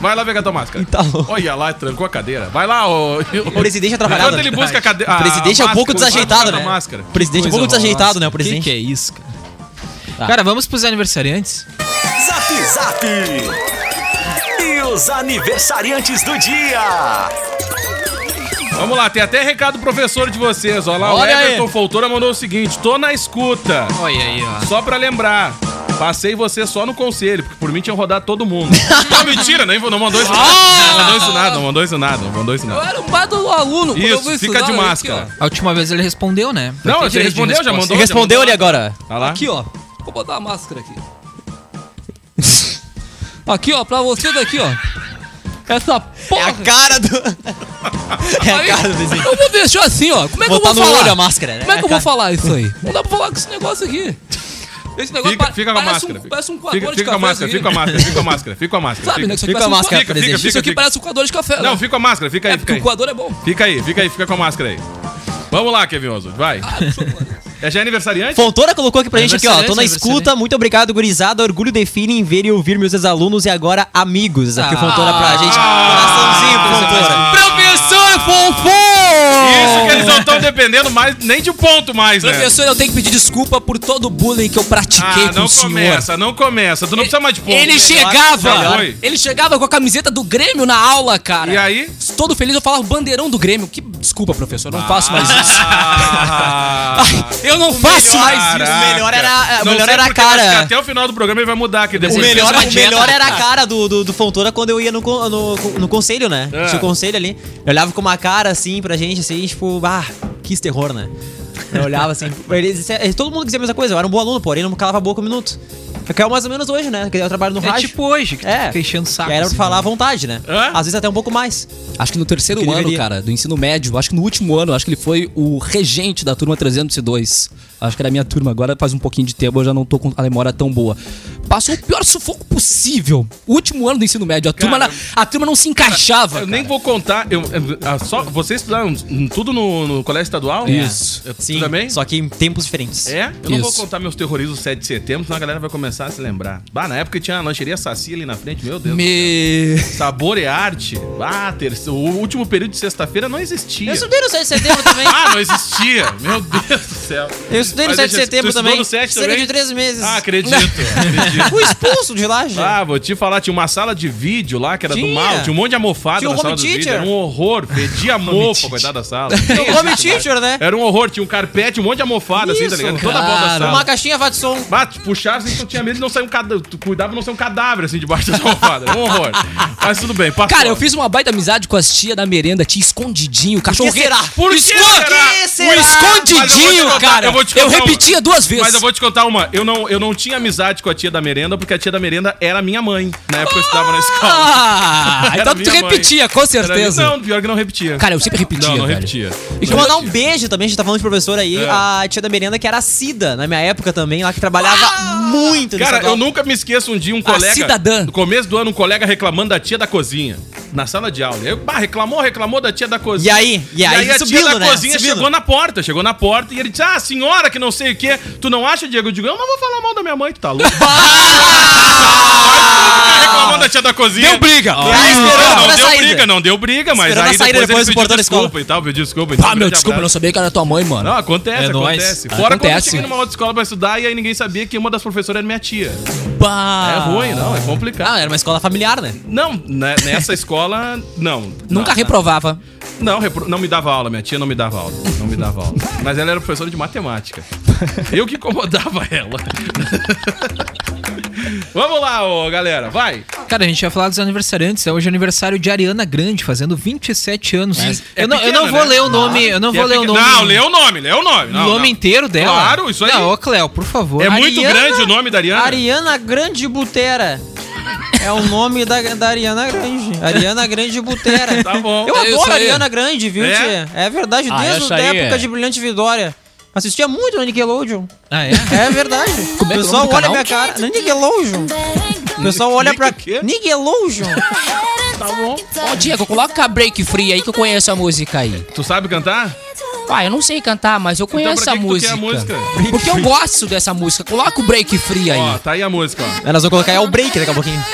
Speaker 1: Vai lá pegar tua máscara.
Speaker 4: Tá
Speaker 1: Olha lá, trancou a cadeira. Vai lá, ô.
Speaker 4: O presidente é atrapalhado.
Speaker 1: Enquanto ele busca a cadeira.
Speaker 4: O presidente é um pouco desajeitado, né?
Speaker 1: Máscara.
Speaker 4: O presidente é um
Speaker 3: Coisa
Speaker 4: pouco desajeitado,
Speaker 3: horrorosa.
Speaker 4: né? O
Speaker 3: Que
Speaker 4: presidente. Tá.
Speaker 3: que é isso, cara? Cara, vamos pros aniversariantes?
Speaker 6: Zap Zap! E os aniversariantes do dia!
Speaker 1: Vamos lá, tem até recado professor de vocês. Olha lá,
Speaker 4: Olha
Speaker 1: o
Speaker 4: aí.
Speaker 1: Everton Foltora mandou o seguinte: tô na escuta.
Speaker 3: Olha aí, ó.
Speaker 1: Só pra lembrar, passei você só no conselho, porque por mim tinha rodado todo mundo. não, mentira, não, não mandou isso nada. Não mandou isso nada, não mandou isso nada, não mandou isso
Speaker 2: Eu
Speaker 1: nada.
Speaker 2: era um bado aluno. quando eu
Speaker 1: Isso,
Speaker 2: vou
Speaker 1: fica
Speaker 2: estudar,
Speaker 1: de
Speaker 2: olha aqui,
Speaker 1: máscara.
Speaker 3: A última vez ele respondeu, né? Vai
Speaker 1: Não,
Speaker 3: ter
Speaker 1: ele
Speaker 3: direito de
Speaker 1: respondeu, já
Speaker 3: resposta.
Speaker 1: mandou.
Speaker 4: Ele respondeu ali agora.
Speaker 1: Tá lá.
Speaker 2: ó. Aqui, ó. Vou botar a máscara aqui. aqui, ó, pra você daqui, ó. Essa
Speaker 4: É
Speaker 2: porra.
Speaker 4: a cara do. É a
Speaker 2: Aí,
Speaker 4: cara do presidente.
Speaker 2: Eu vou deixar assim, ó. Como é que eu
Speaker 4: Botar
Speaker 2: vou
Speaker 4: no
Speaker 2: falar?
Speaker 4: olho a máscara, né?
Speaker 2: Como é que eu vou falar isso aí? Não dá pra falar com esse negócio aqui. Esse negócio
Speaker 1: Fica,
Speaker 2: pa-
Speaker 1: fica com a
Speaker 2: parece
Speaker 1: máscara.
Speaker 2: Um, parece um coador
Speaker 1: fica,
Speaker 2: de
Speaker 1: fica
Speaker 2: café.
Speaker 1: com a máscara,
Speaker 2: isso
Speaker 1: fica com a
Speaker 2: aqui.
Speaker 1: máscara, fica com a máscara, fica com a máscara.
Speaker 2: Sabe, né? Isso aqui
Speaker 4: Fica
Speaker 2: parece
Speaker 4: a
Speaker 2: um
Speaker 4: máscara,
Speaker 2: coador-
Speaker 4: presidente.
Speaker 2: Isso aqui
Speaker 1: Fica- assim.
Speaker 2: parece um coador de café.
Speaker 1: Não,
Speaker 2: né?
Speaker 1: fica com a máscara, fica
Speaker 2: É
Speaker 1: aí,
Speaker 2: porque
Speaker 1: fica aí.
Speaker 2: o coador é bom.
Speaker 1: Fica aí, fica aí, fica com a máscara aí. Vamos lá, Kevin Oswald, vai. É já aniversariante?
Speaker 4: Fontoura colocou aqui pra gente aqui, ó. Tô na
Speaker 3: Aniversariante,
Speaker 4: escuta, muito obrigado, gurizada. Orgulho define em ver e ouvir meus ex-alunos e agora amigos. Aqui o Fontoura pra gente. Coraçãozinho, Fontoura.
Speaker 2: Professor Fonfon!
Speaker 1: Ah, Isso que eles não estão dependendo mais, nem de ponto mais, né?
Speaker 2: Professor, eu tenho que pedir desculpa por todo o bullying que eu pratiquei
Speaker 1: Ah,
Speaker 2: com
Speaker 1: não
Speaker 2: o senhor.
Speaker 1: começa, não começa. Tu não precisa mais de ponto. Já
Speaker 2: Ele chegava,
Speaker 1: foi.
Speaker 2: ele chegava com a camiseta do Grêmio na aula, cara.
Speaker 1: E
Speaker 4: É
Speaker 1: aí?
Speaker 2: Todo feliz, eu falava bandeirão do Grêmio. Que desculpa, professor, eu não faço mais isso.
Speaker 1: Ah,
Speaker 2: Eu não faço mais isso.
Speaker 1: caraca.
Speaker 4: O melhor era- o
Speaker 1: Não
Speaker 4: melhor
Speaker 1: sei
Speaker 4: era a
Speaker 1: porque, mas
Speaker 4: cara.
Speaker 1: Até o final do programa ele vai mudar aqui.
Speaker 4: O
Speaker 1: depois.
Speaker 4: melhor,
Speaker 3: fez uma
Speaker 4: o
Speaker 3: dieta,
Speaker 4: melhor era a
Speaker 1: Ah.
Speaker 3: cara.
Speaker 4: cara do, do, do Fontoura quando eu ia no, con- no, no conselho, né?
Speaker 1: É.
Speaker 4: Tinha o conselho ali. Eu olhava com uma cara assim pra gente, assim, tipo, ah, que terror, né? Eu olhava assim. eles- eles- todo mundo dizia a mesma coisa, eu era um bom aluno, porém não calava a boca um minuto. Que é mais ou menos hoje, né? Porque eu trabalho no
Speaker 3: É
Speaker 4: rádio.
Speaker 3: tipo hoje, que tu fica enchendo o saco.
Speaker 4: E Era pra
Speaker 3: assim,
Speaker 4: falar
Speaker 3: né?
Speaker 4: à vontade, né?
Speaker 1: Hã? Ah,
Speaker 4: Às vezes até um pouco mais.
Speaker 2: Acho que no terceiro
Speaker 4: Que
Speaker 2: ano,
Speaker 4: deveria.
Speaker 2: cara, do ensino médio, acho que no último ano, acho que ele foi o regente da turma 302. Acho que era a minha turma. Agora faz um pouquinho de tempo, eu já não tô com a memória tão boa. Passou o pior sufoco possível. O último ano do ensino médio. A turma,
Speaker 1: Cara,
Speaker 2: na- a turma não se encaixava.
Speaker 1: Eu
Speaker 2: cara.
Speaker 1: nem vou contar. Eu, eu- ah, só, vocês estudaram hum, tudo no, no colégio estadual?
Speaker 2: Isso.
Speaker 1: Eu- tu também?
Speaker 4: Só que em tempos diferentes.
Speaker 1: É? Eu não vou
Speaker 2: Isso.
Speaker 1: contar meus terrorismos do 7 de setembro, senão a galera vai começar a se lembrar. Bah, na época tinha a lancheria Saci ali na frente, meu Deus.
Speaker 2: Me...
Speaker 1: Sabor e arte. Ah, terceiro, o último período de sexta-feira não existia.
Speaker 4: Eu estudei no 7 de setembro também.
Speaker 1: Ah, não existia. Meu Deus do céu.
Speaker 4: Eu estudei
Speaker 1: Mas
Speaker 4: no 7 de
Speaker 1: deixa- tu
Speaker 4: setembro
Speaker 1: estudou
Speaker 4: também.
Speaker 1: no 7
Speaker 4: Cerca
Speaker 1: também?
Speaker 4: de três meses.
Speaker 1: Ah, acredito, acredito.
Speaker 4: Fui expulso de lá, já.
Speaker 1: Ah, vou te falar, tinha uma sala de vídeo lá que era do
Speaker 4: Tinha.
Speaker 1: mal, tinha um monte de almofada
Speaker 4: Tinha o
Speaker 1: na sala do
Speaker 4: home teacher.
Speaker 1: vídeo, era um horror, fedia mofo, coitada da sala. Nem
Speaker 4: o home
Speaker 1: existe mais.
Speaker 4: teacher, né?
Speaker 1: Era um horror, tinha um carpete, um monte de almofada, assim, tá ligado? Em Toda a volta da
Speaker 4: Cara,
Speaker 1: sala.
Speaker 4: uma caixinha vá de som.
Speaker 1: Bate, puxava, assim, tu tinha medo de não sair um cadáver, tu cuidava de não sair um cadáver, assim, debaixo da almofada, era um horror. Mas tudo bem, passou.
Speaker 2: Cara, eu fiz uma baita amizade com as tia da merenda, tia escondidinho, cachorro.
Speaker 4: será?
Speaker 1: Por que será?
Speaker 2: O escondidinho,
Speaker 1: Mas eu vou te contar,
Speaker 2: cara.
Speaker 1: eu
Speaker 2: Eu,
Speaker 1: vou te contar uma.
Speaker 2: repetia duas vezes.
Speaker 1: Mas eu vou te contar uma. Eu não, eu não tinha amizade com a tia da merenda, porque a tia da merenda era minha mãe. Na época eu estudava na escola.
Speaker 2: Ah,
Speaker 1: Era
Speaker 2: então tu
Speaker 1: minha mãe.
Speaker 2: repetia, com
Speaker 1: Era minha-
Speaker 2: certeza.
Speaker 1: Não, pior que não repetia.
Speaker 2: Cara, eu sempre repetia,
Speaker 1: Não, não
Speaker 2: velho.
Speaker 1: repetia.
Speaker 4: E que mandar um beijo também, a gente tá falando de professor aí,
Speaker 1: É.
Speaker 4: a tia da merenda, que era a Cida, na minha época também, lá que trabalhava
Speaker 3: Ah!
Speaker 4: muito nesse
Speaker 1: Cara,
Speaker 4: estadual.
Speaker 1: eu nunca me esqueço um dia um colega.
Speaker 2: cidadã.
Speaker 1: No começo do ano, um colega reclamando da tia da cozinha. Na sala de aula. Eu, bah, reclamou, reclamou da tia da cozinha.
Speaker 4: E aí? E aí,
Speaker 1: a tia da
Speaker 4: subindo, né?
Speaker 1: cozinha
Speaker 4: Subindo.
Speaker 1: chegou na porta, chegou na porta e ele disse: Ah, senhora, que não sei o quê. Tu não acha, Diego? Eu digo, eu não vou falar mal da minha mãe, tu tá louco. Tá reclamando da tia da cozinha.
Speaker 2: Deu briga.
Speaker 1: Ah,
Speaker 4: Ah, esperando
Speaker 1: não,
Speaker 4: pra
Speaker 1: deu
Speaker 4: saída.
Speaker 1: briga, não deu briga, mas
Speaker 4: Esperando a
Speaker 1: aí depois,
Speaker 4: saída depois
Speaker 1: ele
Speaker 4: do
Speaker 1: pediu
Speaker 4: portão da escola.
Speaker 1: desculpa e tal, pediu desculpa.
Speaker 2: Ah, meu, desculpa, eu não
Speaker 1: não
Speaker 2: sabia que era tua mãe, mano.
Speaker 1: Não, acontece,
Speaker 3: É
Speaker 1: acontece.
Speaker 3: nóis.
Speaker 1: Fora quando eu
Speaker 2: Acontece.
Speaker 1: cheguei numa outra escola pra estudar e aí ninguém sabia que uma das professoras era minha tia.
Speaker 2: Bah.
Speaker 1: É ruim, não, é complicado.
Speaker 4: Ah, era uma escola familiar, né?
Speaker 1: Não, né- nessa escola, não.
Speaker 2: Nunca
Speaker 1: Não,
Speaker 2: reprovava.
Speaker 1: Não, repro- não me dava aula, minha tia não me dava aula. Não me dava aula. Mas ela era professora de matemática. Eu que incomodava ela. Vamos lá, ô, galera, vai.
Speaker 3: Cara, a gente ia falar dos aniversariantes. É hoje é aniversário de Ariana Grande, fazendo 27 anos.
Speaker 1: é
Speaker 3: eu, não, eu
Speaker 1: pequena,
Speaker 3: não vou
Speaker 1: né?
Speaker 3: ler o nome. Eu não
Speaker 1: Que
Speaker 3: vou
Speaker 1: é
Speaker 3: ler o
Speaker 1: pequeno-
Speaker 3: nome.
Speaker 1: Não, lê o nome, lê o nome. Não,
Speaker 3: o nome
Speaker 1: não.
Speaker 3: inteiro dela.
Speaker 1: Claro, isso aí.
Speaker 3: Não, ô Cléo, por favor.
Speaker 1: É muito
Speaker 4: Ariana-
Speaker 1: grande o nome da Ariana.
Speaker 4: Ariana Grande Butera. É o nome da, da Ariana Grande. Ariana Grande Butera.
Speaker 1: Tá bom.
Speaker 4: Eu
Speaker 1: É
Speaker 2: isso
Speaker 4: adoro a
Speaker 2: aí.
Speaker 4: Ariana Grande, viu,
Speaker 1: É?
Speaker 4: tia? É verdade,
Speaker 2: Ah,
Speaker 4: desde
Speaker 2: essa
Speaker 4: a
Speaker 2: aí
Speaker 4: época
Speaker 2: é.
Speaker 4: de Brilhante Vidória. Assistia muito na Nickelodeon.
Speaker 3: Ah, é?
Speaker 4: É verdade. O
Speaker 2: é que é o
Speaker 4: pessoal
Speaker 2: nome do
Speaker 4: olha
Speaker 2: canal?
Speaker 4: minha cara. Na Nickelodeon. O pessoal olha pra.
Speaker 1: Nick- quê?
Speaker 4: Nickelodeon.
Speaker 2: Ô, Diego, coloca a Break Free aí que eu conheço a música aí.
Speaker 1: Tu sabe cantar?
Speaker 2: Ah, eu não sei cantar, mas eu conheço
Speaker 1: Então, pra
Speaker 2: a,
Speaker 1: que que tu quer
Speaker 2: música.
Speaker 1: a música?
Speaker 2: Porque eu gosto dessa música. Coloca o Break Free aí.
Speaker 1: Ó, tá aí a música, ó.
Speaker 4: Elas vão colocar é o break daqui a pouquinho.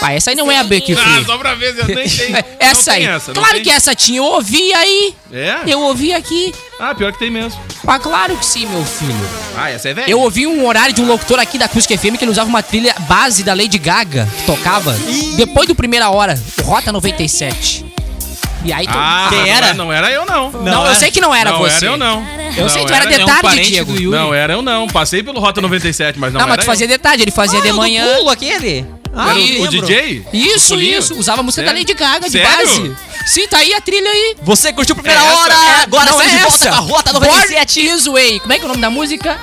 Speaker 2: Ah, essa aí não é a Break
Speaker 1: Ah,
Speaker 2: Free.
Speaker 1: só pra ver, eu nem tenho.
Speaker 2: É Essa
Speaker 1: Não
Speaker 2: aí.
Speaker 1: tem essa, não
Speaker 2: claro
Speaker 1: tem?
Speaker 2: que essa tinha. Eu ouvi aí.
Speaker 1: É?
Speaker 2: Eu ouvi aqui.
Speaker 1: Ah, pior que tem mesmo.
Speaker 2: Ah, claro que sim, meu filho.
Speaker 1: Ah, essa é velha.
Speaker 2: Eu ouvi um horário de um locutor aqui da Acústica FM que ele usava uma trilha base da Lady Gaga, que tocava depois do primeira hora, Rota 97. E aí, tu-
Speaker 1: Ah,
Speaker 4: Quem
Speaker 1: não
Speaker 4: era?
Speaker 1: Não era eu, não. Não, é?
Speaker 2: não, é. eu sei que não era
Speaker 1: não
Speaker 2: você.
Speaker 1: era eu, não.
Speaker 2: Eu
Speaker 1: Não
Speaker 2: sei que tu
Speaker 1: era um
Speaker 2: era
Speaker 1: eu.
Speaker 2: de tarde,
Speaker 3: parente
Speaker 2: Diego.
Speaker 3: do Yuri.
Speaker 1: Não era eu, não. Passei pelo Rota 97, mas não,
Speaker 2: Não, Ah, mas
Speaker 1: era Ah,
Speaker 2: tu fazia de tarde, ele fazia de manhã.
Speaker 4: pulo aquele. é Ah,
Speaker 1: Era
Speaker 4: eu
Speaker 1: o, o
Speaker 4: lembro.
Speaker 1: DJ?
Speaker 2: Isso,
Speaker 1: Pulinho?
Speaker 2: isso. Usava a música da
Speaker 1: Sério?
Speaker 2: Lady Gaga de
Speaker 1: Sério?
Speaker 2: base. Sim, tá aí a trilha aí.
Speaker 4: Você curtiu a primeira
Speaker 1: É essa?
Speaker 4: hora,
Speaker 1: É,
Speaker 4: agora
Speaker 2: Não,
Speaker 4: estamos
Speaker 2: é
Speaker 4: de volta
Speaker 2: essa.
Speaker 4: com a Rota 97.
Speaker 2: Born This Way. Como é que é o nome da música?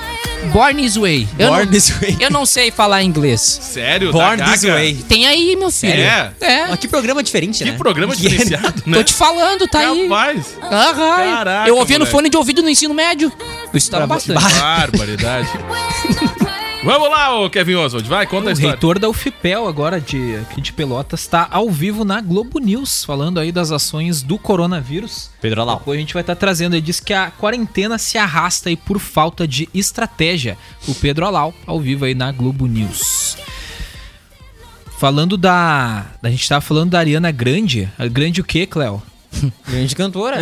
Speaker 2: Born This Way. Eu
Speaker 4: Born
Speaker 2: não,
Speaker 4: This Way.
Speaker 2: Eu não sei falar inglês.
Speaker 1: Sério?
Speaker 4: Born
Speaker 1: Da
Speaker 4: This
Speaker 1: Gaga?
Speaker 4: Way.
Speaker 2: Tem aí, meu filho.
Speaker 1: É?
Speaker 4: Ah,
Speaker 2: É.
Speaker 4: que programa diferente, né?
Speaker 1: Que programa diferenciado, né?
Speaker 2: Tô te falando, tá aí.
Speaker 1: Rapaz,
Speaker 2: Aham.
Speaker 1: Caraca,
Speaker 2: eu ouvia no
Speaker 1: moleque.
Speaker 2: fone de ouvido no ensino médio. Eu
Speaker 3: é
Speaker 2: estava bastante.
Speaker 1: barbaridade. Vamos lá, ô Kevin Oswald, vai, conta a
Speaker 3: O
Speaker 1: história.
Speaker 3: reitor da UFPEL, agora de, aqui de Pelotas, está ao vivo na Globo News, falando aí das ações do coronavírus.
Speaker 4: Pedro Alau.
Speaker 3: Depois a gente vai estar trazendo. Ele diz que a quarentena se arrasta aí por falta de estratégia. O Pedro Alau, ao vivo aí na Globo News. Falando da. A gente tava falando da Ariana Grande. A Grande o quê, Cléo?
Speaker 4: Grande cantora.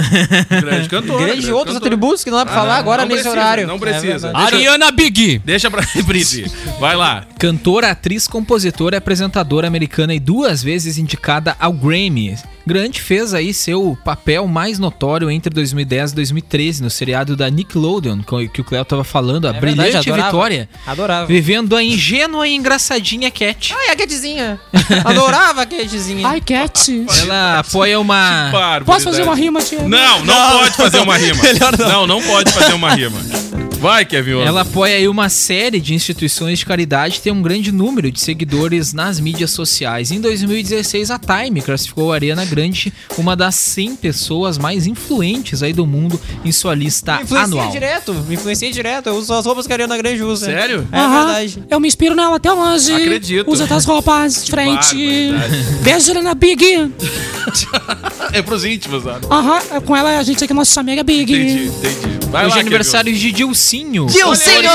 Speaker 1: Grande cantor.
Speaker 4: Grande outros
Speaker 1: cantor.
Speaker 4: atributos que não dá pra
Speaker 1: Ah,
Speaker 4: falar
Speaker 1: não,
Speaker 4: agora
Speaker 1: não
Speaker 4: nesse
Speaker 1: precisa,
Speaker 4: horário.
Speaker 1: Não
Speaker 4: É
Speaker 1: precisa.
Speaker 4: verdade.
Speaker 2: Ariana Big.
Speaker 1: Deixa pra reprise. Vai lá.
Speaker 3: Cantora, atriz, compositora, apresentadora americana e duas vezes indicada ao Grammy. Grande fez aí seu papel mais notório entre 2010 e 2013 no seriado da Nickelodeon, com- que o Cleo tava falando, a
Speaker 4: É verdade,
Speaker 3: brilhante
Speaker 4: adorava.
Speaker 3: vitória,
Speaker 4: Adorava.
Speaker 3: vivendo a ingênua e engraçadinha Cat.
Speaker 4: Ai, a Catzinha. Adorava a Catzinha.
Speaker 2: Ai, Cat.
Speaker 3: Ela apoia
Speaker 4: Tipo,
Speaker 3: uma
Speaker 1: Barbaridade.
Speaker 2: Posso fazer uma rima, Tiago?
Speaker 1: Não, não, pode fazer uma rima. não. não, pode fazer uma rima. Vai, Kevin Oswald.
Speaker 3: ela apoia aí uma série de instituições de caridade e tem um grande número de seguidores nas mídias sociais. Em 2016, a Time classificou a Ariana Grande uma das 100 pessoas mais influentes aí do mundo em sua lista
Speaker 1: Ah,
Speaker 4: Me influencia
Speaker 3: anual.
Speaker 4: direto, me influencia direto. Eu uso as roupas que a Ariana Grande usa.
Speaker 1: Sério?
Speaker 4: É verdade.
Speaker 2: Eu me inspiro nela até hoje.
Speaker 1: Acredito.
Speaker 2: Usa tuas roupas de frente.
Speaker 1: barbaridade.
Speaker 2: Beijo, Ariana Big.
Speaker 1: É pros íntimos, sabe?
Speaker 2: Aham, é com ela a gente aqui, nossa amiga Big.
Speaker 1: Entendi, entendi. Vai
Speaker 3: Hoje
Speaker 1: lá,
Speaker 3: é aniversário de Dilcinho,
Speaker 1: Dilcinho!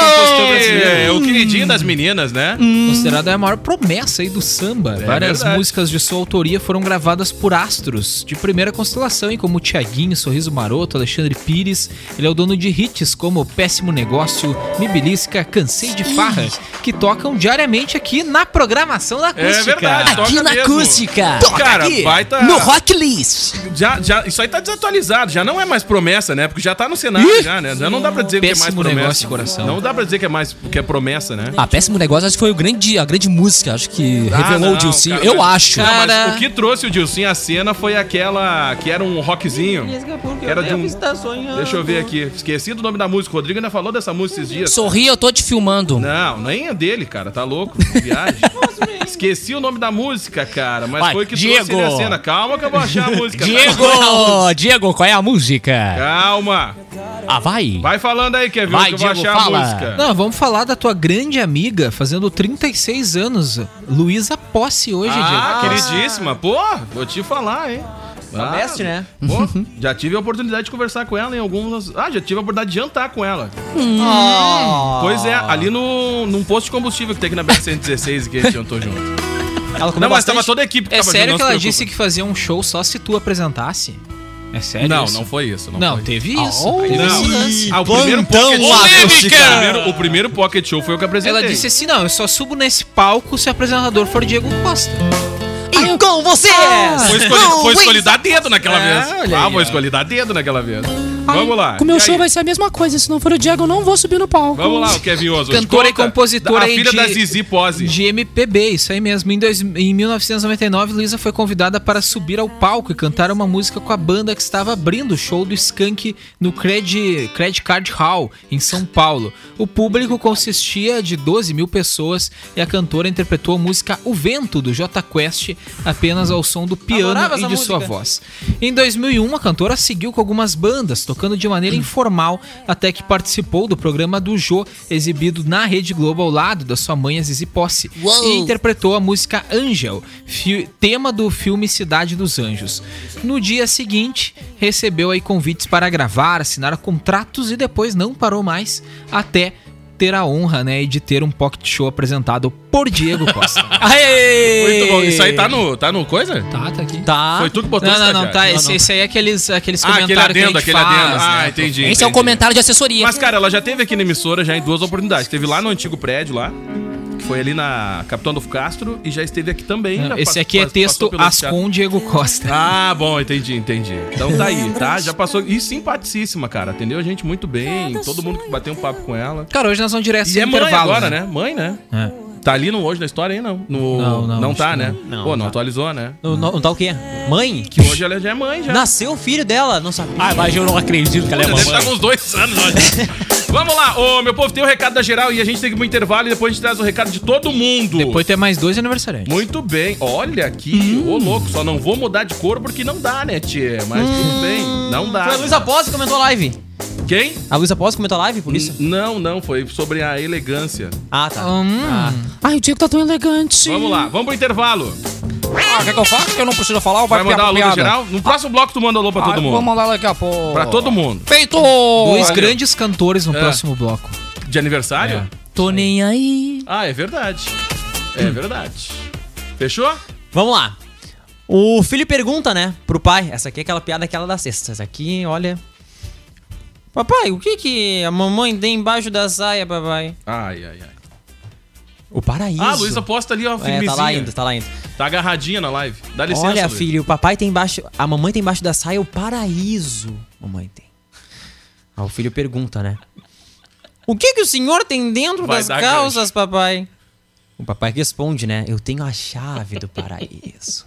Speaker 1: É, o queridinho das meninas, né?
Speaker 3: Hum, considerado a maior promessa aí do samba. Várias
Speaker 1: É verdade.
Speaker 3: músicas de sua autoria foram gravadas por astros de primeira constelação, hein, como Tiaguinho, Sorriso Maroto, Alexandre Pires. Ele é o dono de hits como Péssimo Negócio, Me Belisca, Cansei de Farra, que tocam diariamente aqui na programação da
Speaker 1: É
Speaker 3: acústica.
Speaker 1: verdade, toca
Speaker 2: Aqui na
Speaker 1: mesmo.
Speaker 2: acústica.
Speaker 1: Cara, baita...
Speaker 2: No Rock List.
Speaker 1: Já, já, isso aí tá desatualizado, já não é mais promessa, né? Porque já tá no cenário, já, né? Já não dá pra dizer que é mais
Speaker 3: Péssimo
Speaker 1: promessa.
Speaker 3: negócio de coração.
Speaker 1: Não dá pra dizer que é mais que é promessa, né?
Speaker 2: Ah, péssimo negócio, acho que foi o grande, a grande música, acho que revelou
Speaker 1: Ah, não,
Speaker 2: o Dilcinho.
Speaker 1: cara,
Speaker 2: Eu
Speaker 1: mas-
Speaker 2: acho.
Speaker 1: Não, mas
Speaker 3: Cara.
Speaker 1: o que trouxe o Dilcinho à cena foi aquela que era um rockzinho. Era de um...
Speaker 4: tá
Speaker 1: Deixa eu ver aqui. Esqueci do nome da música. O Rodrigo ainda falou dessa música esses dias.
Speaker 2: Sorri, eu tô te filmando.
Speaker 1: Não, nem é dele, cara. Tá louco? Viagem. Esqueci o nome da música, cara. Mas
Speaker 2: Vai,
Speaker 1: foi o que
Speaker 2: Diego.
Speaker 1: trouxe ele à cena. Calma que eu vou achar a música. tá?
Speaker 2: Diego! Diego, qual é a música?
Speaker 1: Calma.
Speaker 2: Ah, vai.
Speaker 1: Vai falando aí, Kevin,
Speaker 2: Vai,
Speaker 1: que eu vou
Speaker 2: Diego,
Speaker 1: achar
Speaker 2: fala.
Speaker 1: a música.
Speaker 3: Não, vamos falar da tua grande amiga, fazendo 36 anos, Luísa Posse hoje,
Speaker 1: Ah,
Speaker 3: Diego.
Speaker 1: queridíssima. Pô, vou te falar, hein? Ah,
Speaker 4: Best, né?
Speaker 1: Pô,
Speaker 2: Uhum.
Speaker 1: já tive a oportunidade de conversar com ela em alguns. Ah, já tive a oportunidade de jantar com ela.
Speaker 2: Hum.
Speaker 1: Pois é, ali no, num posto de combustível que tem aqui na BR-116 que a gente jantou junto.
Speaker 4: Ela comeu
Speaker 1: Não, mas
Speaker 4: bastante.
Speaker 1: tava toda a equipe que
Speaker 3: É
Speaker 1: tava junto,
Speaker 3: sério
Speaker 1: não
Speaker 3: que
Speaker 1: se
Speaker 3: ela
Speaker 1: preocupa.
Speaker 3: disse que fazia um show só se tu apresentasse? É sério
Speaker 1: Não,
Speaker 3: isso?
Speaker 1: não foi isso. Não,
Speaker 3: Não,
Speaker 1: foi.
Speaker 3: teve
Speaker 2: Ah,
Speaker 3: isso.
Speaker 2: oh.
Speaker 3: Teve
Speaker 1: Não.
Speaker 3: esse lance.
Speaker 1: Ah, o primeiro pocket show. O primeiro, o primeiro pocket
Speaker 2: assim,
Speaker 1: show foi o que eu apresentei.
Speaker 3: Ela disse assim: não, eu só subo nesse palco se o apresentador for Diego Costa.
Speaker 2: Ah, eu
Speaker 4: com vocês!
Speaker 1: Foi escolhido,
Speaker 4: Não,
Speaker 1: foi
Speaker 4: Wings
Speaker 1: escolhido a dedo naquela
Speaker 2: É,
Speaker 1: vez.
Speaker 2: olha
Speaker 1: Ah,
Speaker 2: aí,
Speaker 1: vou
Speaker 2: ó.
Speaker 1: escolher dar dedo naquela vez. Vamos lá.
Speaker 8: Com o meu
Speaker 1: E
Speaker 8: show
Speaker 1: aí?
Speaker 8: vai ser a mesma coisa. Se não for o Diego, eu não vou subir no palco.
Speaker 1: Vamos lá, o Kevin Oswald.
Speaker 2: Cantora e
Speaker 1: Conta
Speaker 2: compositora
Speaker 1: A
Speaker 2: aí
Speaker 1: filha
Speaker 2: de-
Speaker 1: da Zizi Pose.
Speaker 2: De MPB, isso aí mesmo. Em, dois- em 1999, Luísa foi convidada para subir ao palco e cantar uma música com a banda que estava abrindo o show do Skank no Credit, Credit Card Hall, em São Paulo. O público consistia de 12 mil pessoas e a cantora interpretou a música O Vento, do J Quest, apenas ao som do piano
Speaker 4: Adorava
Speaker 2: e de
Speaker 4: essa
Speaker 2: sua
Speaker 4: música.
Speaker 2: voz. Em 2001, a cantora seguiu com algumas bandas, tocando de maneira informal, até que participou do programa do Jô, exibido na Rede Globo ao lado da sua mãe, a Zizi Posse, e interpretou a música Angel, fi- tema do filme Cidade dos Anjos. No dia seguinte, recebeu aí convites para gravar, assinar contratos e depois não parou mais, até ter a honra, né, de ter um pocket show apresentado por Diego Costa.
Speaker 4: Aê!
Speaker 1: Muito bom. Isso aí tá no, tá no coisa?
Speaker 2: tá, tá aqui.
Speaker 4: Tá.
Speaker 1: Foi tu que botou
Speaker 2: não, não,
Speaker 1: isso,
Speaker 2: não,
Speaker 1: Tadiá?
Speaker 2: tá. Esse, esse aí é aqueles, aqueles
Speaker 1: Ah, aquele
Speaker 2: comentários
Speaker 1: adendo,
Speaker 2: que
Speaker 1: aquele
Speaker 2: a gente faz,
Speaker 1: adendo. Ah,
Speaker 2: né?
Speaker 1: entendi.
Speaker 8: Esse é o
Speaker 1: entendi.
Speaker 8: comentário de assessoria.
Speaker 1: Mas, cara, ela já teve aqui na emissora já em duas oportunidades. Teve lá no antigo prédio lá, que foi ali na Capitão do Castro, e já esteve aqui também.
Speaker 2: Não,
Speaker 1: né?
Speaker 2: esse
Speaker 1: Passou-
Speaker 2: aqui é
Speaker 1: passou
Speaker 2: texto
Speaker 1: pelo teatro.
Speaker 2: Ascom Diego Costa.
Speaker 1: Ah, bom, entendi, entendi. Então tá aí, tá? Já passou. E simpaticíssima, cara. Atendeu a gente muito bem. Todo mundo que bateu um papo com ela.
Speaker 2: Cara, hoje nós vamos direto
Speaker 1: E
Speaker 2: sem É.
Speaker 1: é mãe
Speaker 2: intervalo.
Speaker 1: agora, né? Mãe, né? Tá ali no hoje na história aí, não. No...
Speaker 2: Não,
Speaker 1: Não,
Speaker 2: não,
Speaker 1: não.
Speaker 2: acho
Speaker 1: tá,
Speaker 2: que
Speaker 1: né?
Speaker 4: não.
Speaker 1: Pô,
Speaker 4: Não,
Speaker 1: não
Speaker 4: tá.
Speaker 1: atualizou, né?
Speaker 4: Não, não, não tá o quê? Mãe?
Speaker 1: Que hoje ela já é mãe, já.
Speaker 4: Nasceu o filho dela, não sabia.
Speaker 2: Ah,
Speaker 9: Ai, mas eu não acredito que ela é
Speaker 1: Deve estar
Speaker 9: mamãe.
Speaker 1: com uns dois anos hoje. Vamos lá, ô meu povo, tem o recado da geral e a gente tem que ir pro intervalo e depois a gente traz o recado de todo mundo.
Speaker 2: Depois tem mais dois aniversariantes.
Speaker 1: Muito bem, olha aqui, ô louco, só não vou mudar de cor porque não dá, né, tia? Mas tudo bem, não dá.
Speaker 4: Foi a Luísa Bosa que comentou a live.
Speaker 1: Quem?
Speaker 4: A Luísa Bosa comentou a live, por isso?
Speaker 1: Não, não, foi sobre a elegância.
Speaker 4: Ah, tá.
Speaker 2: Hum.
Speaker 8: Ai, o Diego tá tão elegante.
Speaker 1: Vamos lá, vamos pro intervalo.
Speaker 8: Ah, quer que eu fale? Que eu não preciso falar ou
Speaker 1: Vai
Speaker 8: vai,
Speaker 1: mandar
Speaker 8: a
Speaker 1: alô da geral? No próximo bloco tu manda alô pra todo
Speaker 8: Vamos
Speaker 1: mundo.
Speaker 8: mandar daqui a pouco.
Speaker 1: Pra todo mundo.
Speaker 8: Feito!
Speaker 2: Dois
Speaker 1: Olha.
Speaker 2: grandes cantores no
Speaker 1: É.
Speaker 2: próximo bloco.
Speaker 1: De aniversário?
Speaker 8: Tô nem aí.
Speaker 1: Ah, é verdade.
Speaker 8: Hum.
Speaker 1: É verdade. Fechou?
Speaker 4: Vamos lá. O filho pergunta, né, pro pai. Essa aqui é aquela piada aquela da cesta. Essa aqui, olha. Papai, o que que a mamãe tem embaixo da saia, papai?
Speaker 1: Ai, ai, ai.
Speaker 4: O paraíso.
Speaker 1: Ah, a Luísa posta ali, ó,
Speaker 4: É,
Speaker 1: firmezinha.
Speaker 4: tá lá ainda, tá lá ainda.
Speaker 1: Tá agarradinha na live. Dá licença,
Speaker 4: Olha,
Speaker 1: Luiz.
Speaker 4: filho, o papai tem embaixo. A mamãe tem embaixo da saia o paraíso. Mamãe tem. Ah, o filho pergunta, né? O que que o senhor tem dentro
Speaker 1: Vai
Speaker 4: das
Speaker 1: dar
Speaker 4: calças, papai? O papai responde, né? Eu tenho a chave do paraíso.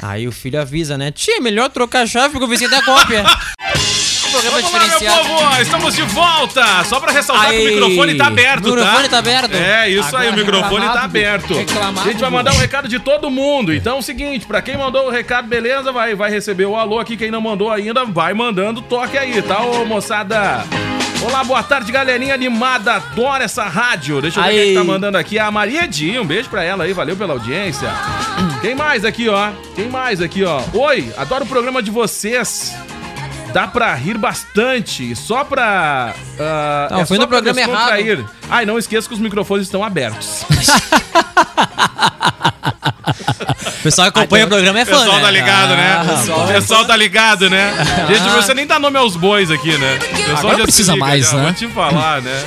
Speaker 4: Aí o filho avisa, né? Tia, melhor trocar a chave porque o vizinho dá cópia.
Speaker 1: Tá.
Speaker 4: Um programa
Speaker 1: Vamos lá, meu
Speaker 4: diferenciado.
Speaker 1: povo, estamos de volta. Só pra ressaltar que
Speaker 4: Aí.
Speaker 1: o microfone tá aberto,
Speaker 4: O microfone
Speaker 1: tá?
Speaker 4: tá aberto.
Speaker 1: É, isso aí, o microfone tá
Speaker 2: reclamado,
Speaker 1: aberto.
Speaker 2: reclamado,
Speaker 1: a gente vai mandar um recado de todo mundo. Então é o seguinte, pra quem mandou o recado, beleza, vai, vai receber o alô aqui. Quem não mandou ainda, vai mandando toque aí, tá, ô moçada? Olá, boa tarde, galerinha animada. Adoro essa rádio. Deixa eu ver
Speaker 4: Aí.
Speaker 1: quem é que tá mandando aqui. A Maria Dinho, um beijo pra ela aí, valeu pela audiência. Quem mais aqui, ó? Quem mais aqui, ó? Oi, adoro o programa de vocês. Dá pra rir bastante, só pra. ah,
Speaker 4: Não, foi
Speaker 1: só
Speaker 4: no
Speaker 1: pra
Speaker 4: programa
Speaker 1: descontrair. Ai, não esqueça que os microfones estão abertos.
Speaker 4: O pessoal que acompanha o programa é fã,
Speaker 1: tá
Speaker 4: né? Ah,
Speaker 1: o pessoal tá ligado, né? Gente, você nem dá nome aos bois aqui, né? O pessoal
Speaker 8: Agora
Speaker 1: já se
Speaker 8: precisa mais, né?
Speaker 1: Vou te falar, né?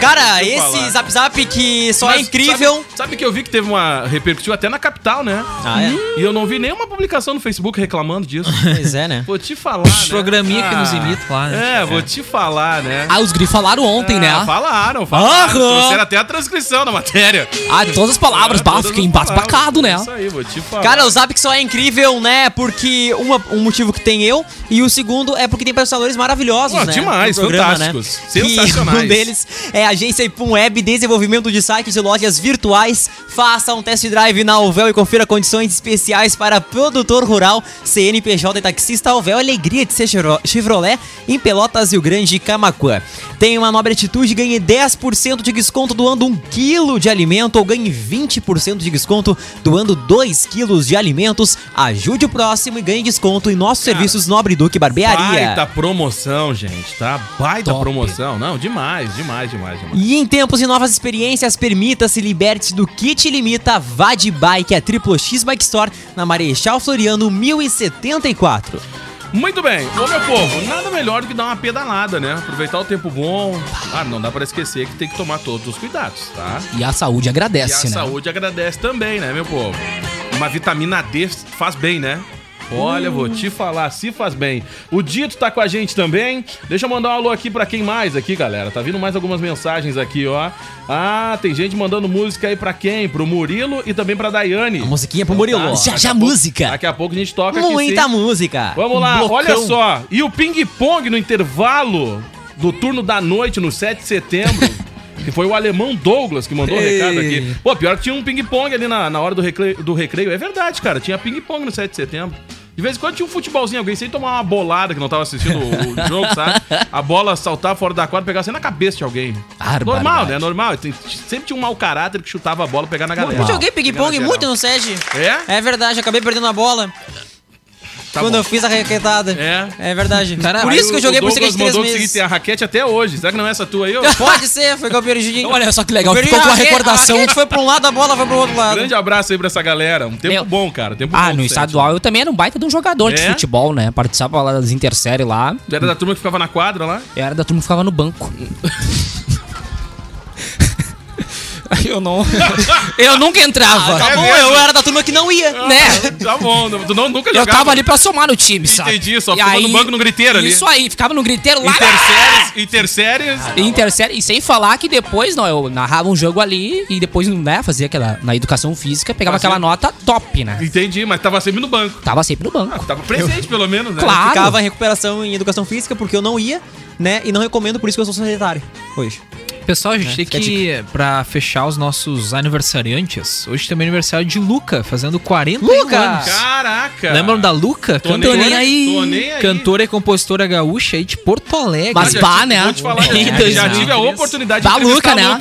Speaker 4: Cara,
Speaker 1: Deixa eu
Speaker 4: esse
Speaker 1: falar.
Speaker 4: zap zap que só é
Speaker 1: Mas
Speaker 4: incrível.
Speaker 1: Sabe, sabe que eu vi que teve uma. repercutiu até na capital, né?
Speaker 4: Ah, é?
Speaker 1: E eu não vi nenhuma publicação no Facebook reclamando disso.
Speaker 4: Pois é, né?
Speaker 1: Vou te falar. Né?
Speaker 2: Programinha que nos imita lá, né?
Speaker 1: É, vou te falar, né?
Speaker 8: Ah, os Gri falaram ontem, né?
Speaker 1: Ah, falaram, falaram.
Speaker 8: Aham.
Speaker 1: Trouxeram até a transcrição da matéria.
Speaker 8: Ah, todas as palavras. bah,
Speaker 1: É, Todas
Speaker 8: fiquei
Speaker 1: as palavras. é
Speaker 8: embasbacado, né?
Speaker 1: Isso aí, vou te falar.
Speaker 4: Cara, o Zap que só é incrível, né? Porque uma- um motivo que tem eu e o segundo é porque tem personagens maravilhosos,
Speaker 1: Pô,
Speaker 4: né?
Speaker 1: demais,
Speaker 4: no programa,
Speaker 1: fantásticos,
Speaker 4: Que
Speaker 1: sensacionais.
Speaker 4: um deles é a agência Ipum Web, desenvolvimento de sites e lojas virtuais. Faça um test drive na Alvel e confira condições especiais para produtor rural, CNPJ e taxista Alvel. Alegria de ser Chevro- Chevrolet em Pelotas, Rio Grande e Camacuã. Tenha uma nobre atitude, ganhe 10% de desconto doando 1 quilo de alimento ou ganhe 20% de desconto doando 2 quilos de alimentos. Ajude o próximo e ganhe desconto em nossos serviços Nobre Duque Barbearia.
Speaker 1: Baita promoção, gente, tá? Baita
Speaker 8: Top.
Speaker 1: promoção. Não, demais, demais, demais, demais.
Speaker 4: E em tempos de novas experiências, permita-se, liberte-se do kit limita, vá de bike a Triplo X Bike Store na Marechal Floriano 1074.
Speaker 1: Muito bem, ô meu povo, nada melhor do que dar uma pedalada, né? Aproveitar o tempo bom. Ah, não dá pra esquecer que tem que tomar todos os cuidados, tá?
Speaker 8: E a saúde
Speaker 1: E a
Speaker 8: agradece, né?
Speaker 1: saúde agradece também, né, meu povo? uma vitamina D faz bem, né? Olha, vou te falar, se faz bem. O Dito tá com a gente também. Deixa eu mandar um alô aqui pra quem mais aqui, galera. Tá vindo mais algumas mensagens aqui, ó. Ah, tem gente mandando música aí pra quem? Pro Murilo e também pra Daiane.
Speaker 4: Musiquinha pro Murilo.
Speaker 1: Tá,
Speaker 2: Já,
Speaker 1: daqui
Speaker 2: já
Speaker 1: a pouco-
Speaker 2: música. Um
Speaker 1: Daqui a pouco a gente toca aqui,
Speaker 4: Muita
Speaker 1: sim.
Speaker 4: música.
Speaker 1: Vamos lá,
Speaker 4: Um Blocão.
Speaker 1: olha só. E o ping-pong no intervalo do turno da noite, no 7 de setembro. Que foi o alemão Douglas que mandou o recado aqui. Pô, pior que tinha um ping-pong ali na, na hora do recreio, do recreio. É verdade, cara. Tinha ping-pong no 7 de setembro. De vez em quando tinha um futebolzinho, alguém sem tomar uma bolada que não tava assistindo o, o jogo, sabe? A bola saltar fora da quadra, pegar assim na cabeça de alguém. Normal,
Speaker 2: Barbaridade.
Speaker 1: né? Normal. Tem- sempre tinha um mau caráter que chutava a bola pegar na galera.
Speaker 4: Eu joguei ping-pong
Speaker 1: Pegar na
Speaker 4: muito
Speaker 1: geral.
Speaker 4: no SED.
Speaker 1: É?
Speaker 4: É verdade, acabei perdendo a bola
Speaker 1: Tá
Speaker 4: quando
Speaker 1: bom.
Speaker 4: eu fiz a raquetada.
Speaker 1: É.
Speaker 4: É verdade. por
Speaker 1: Aí
Speaker 4: isso que eu
Speaker 1: o-
Speaker 4: joguei
Speaker 1: o
Speaker 4: por
Speaker 1: Douglas
Speaker 4: cerca de três
Speaker 1: mandou
Speaker 4: meses.
Speaker 1: que tem a raquete até hoje. Será que não é essa tua aí? ô?
Speaker 4: Pode ser, foi que eu perdi.
Speaker 2: Olha só que legal,
Speaker 4: Eu perdi
Speaker 2: ficou com a
Speaker 4: raquete-
Speaker 2: recordação.
Speaker 4: A raquete foi pra um lado, a bola foi pro outro lado.
Speaker 1: Grande abraço aí pra essa galera. Um tempo
Speaker 2: Meu-
Speaker 1: bom, cara. Tempo
Speaker 2: Ah,
Speaker 1: bom,
Speaker 2: no
Speaker 1: certo.
Speaker 2: estadual eu também era um baita de um jogador de
Speaker 1: É?
Speaker 2: futebol, né? Participava lá das interséries lá.
Speaker 1: Tu era da turma que ficava na quadra lá?
Speaker 2: Eu era da turma que ficava no banco. Aí eu não. eu nunca entrava.
Speaker 1: Ah,
Speaker 4: Tá bom, eu era da turma que não ia.
Speaker 2: né?
Speaker 1: É Tá bom. Tu não, nunca
Speaker 2: Eu
Speaker 1: jogava.
Speaker 2: tava ali pra somar no time, sabe?
Speaker 1: Entendi, só
Speaker 2: E
Speaker 1: ficava no banco, no griteiro ali.
Speaker 2: Isso aí, ficava no griteiro lá.
Speaker 1: Interséries, interséries.
Speaker 2: Intersérie, e sem falar que depois, não, eu narrava um jogo ali e depois, né, fazia aquela. Na educação física, pegava
Speaker 1: Fazia.
Speaker 2: aquela nota top, né?
Speaker 1: Entendi, mas tava sempre no banco.
Speaker 2: Tava sempre no
Speaker 1: Ah, tu
Speaker 2: banco.
Speaker 1: tava presente, pelo menos, né?
Speaker 2: Claro.
Speaker 4: Ficava em recuperação em educação física porque eu não ia, né? E não recomendo, por isso que eu sou sedentário hoje.
Speaker 3: Pessoal, a
Speaker 2: É,
Speaker 3: gente tem
Speaker 4: fica a
Speaker 3: que, pra fechar os nossos aniversariantes, hoje também é aniversário de Luca, fazendo 41
Speaker 4: Luca!
Speaker 3: anos.
Speaker 1: Caraca.
Speaker 3: Lembram da Luca?
Speaker 1: Tô
Speaker 3: Cantora-
Speaker 1: nem aí. Tô nem aí.
Speaker 3: Cantora e compositora gaúcha aí de Porto Alegre.
Speaker 2: Mas
Speaker 1: Já
Speaker 2: pá,
Speaker 1: tive-
Speaker 2: né?
Speaker 1: Vou te falar,
Speaker 2: Em
Speaker 1: já, já
Speaker 2: 2003.
Speaker 1: tive a oportunidade
Speaker 2: Da Luca, né?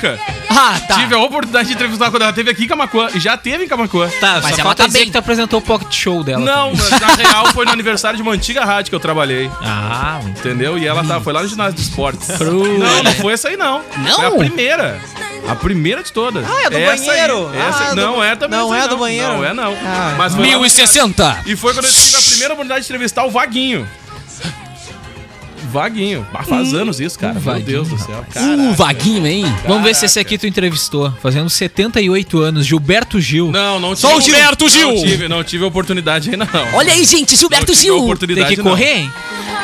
Speaker 2: Ah, tá.
Speaker 1: Tive a oportunidade de entrevistar quando ela teve aqui em Camacuã. E já teve em Camacuã.
Speaker 3: Tá,
Speaker 2: Mas
Speaker 3: só
Speaker 2: ela
Speaker 3: falta
Speaker 2: tá
Speaker 3: dizer
Speaker 2: bem.
Speaker 3: que tu apresentou o pocket show dela.
Speaker 1: Não,
Speaker 3: também.
Speaker 1: mas na real foi no aniversário de uma antiga rádio que eu trabalhei.
Speaker 3: Ah, muito
Speaker 1: Entendeu? E ela tá, foi lá no ginásio de esportes. Não, não foi essa aí, não.
Speaker 2: Não?
Speaker 1: Foi a primeira. A primeira de todas. Ah,
Speaker 4: é do banheiro. Ah, é do-
Speaker 1: não é também.
Speaker 4: não
Speaker 1: essa aí,
Speaker 4: é do banheiro. Ah.
Speaker 1: Não é, não. Mas foi lá-
Speaker 2: 1060.
Speaker 1: E foi quando eu tive a primeira oportunidade de entrevistar o Vaguinho. Vaguinho. Ah,
Speaker 2: Hum.
Speaker 1: faz anos isso, cara. Meu
Speaker 3: Vaguinho,
Speaker 1: Deus do céu.
Speaker 2: Uh,
Speaker 1: Caraca.
Speaker 2: vaguinho, hein?
Speaker 3: Vamos ver se esse aqui tu entrevistou. Fazendo 78 anos, Gilberto Gil.
Speaker 1: Não, não
Speaker 2: Só o Gilberto Gil.
Speaker 1: Não tive, não tive oportunidade ainda, não.
Speaker 2: Olha aí, gente,
Speaker 1: Não
Speaker 2: Gilberto
Speaker 1: tive
Speaker 2: Gil.
Speaker 3: Tem
Speaker 1: oportunidade,
Speaker 3: que
Speaker 1: não.
Speaker 3: correr, hein?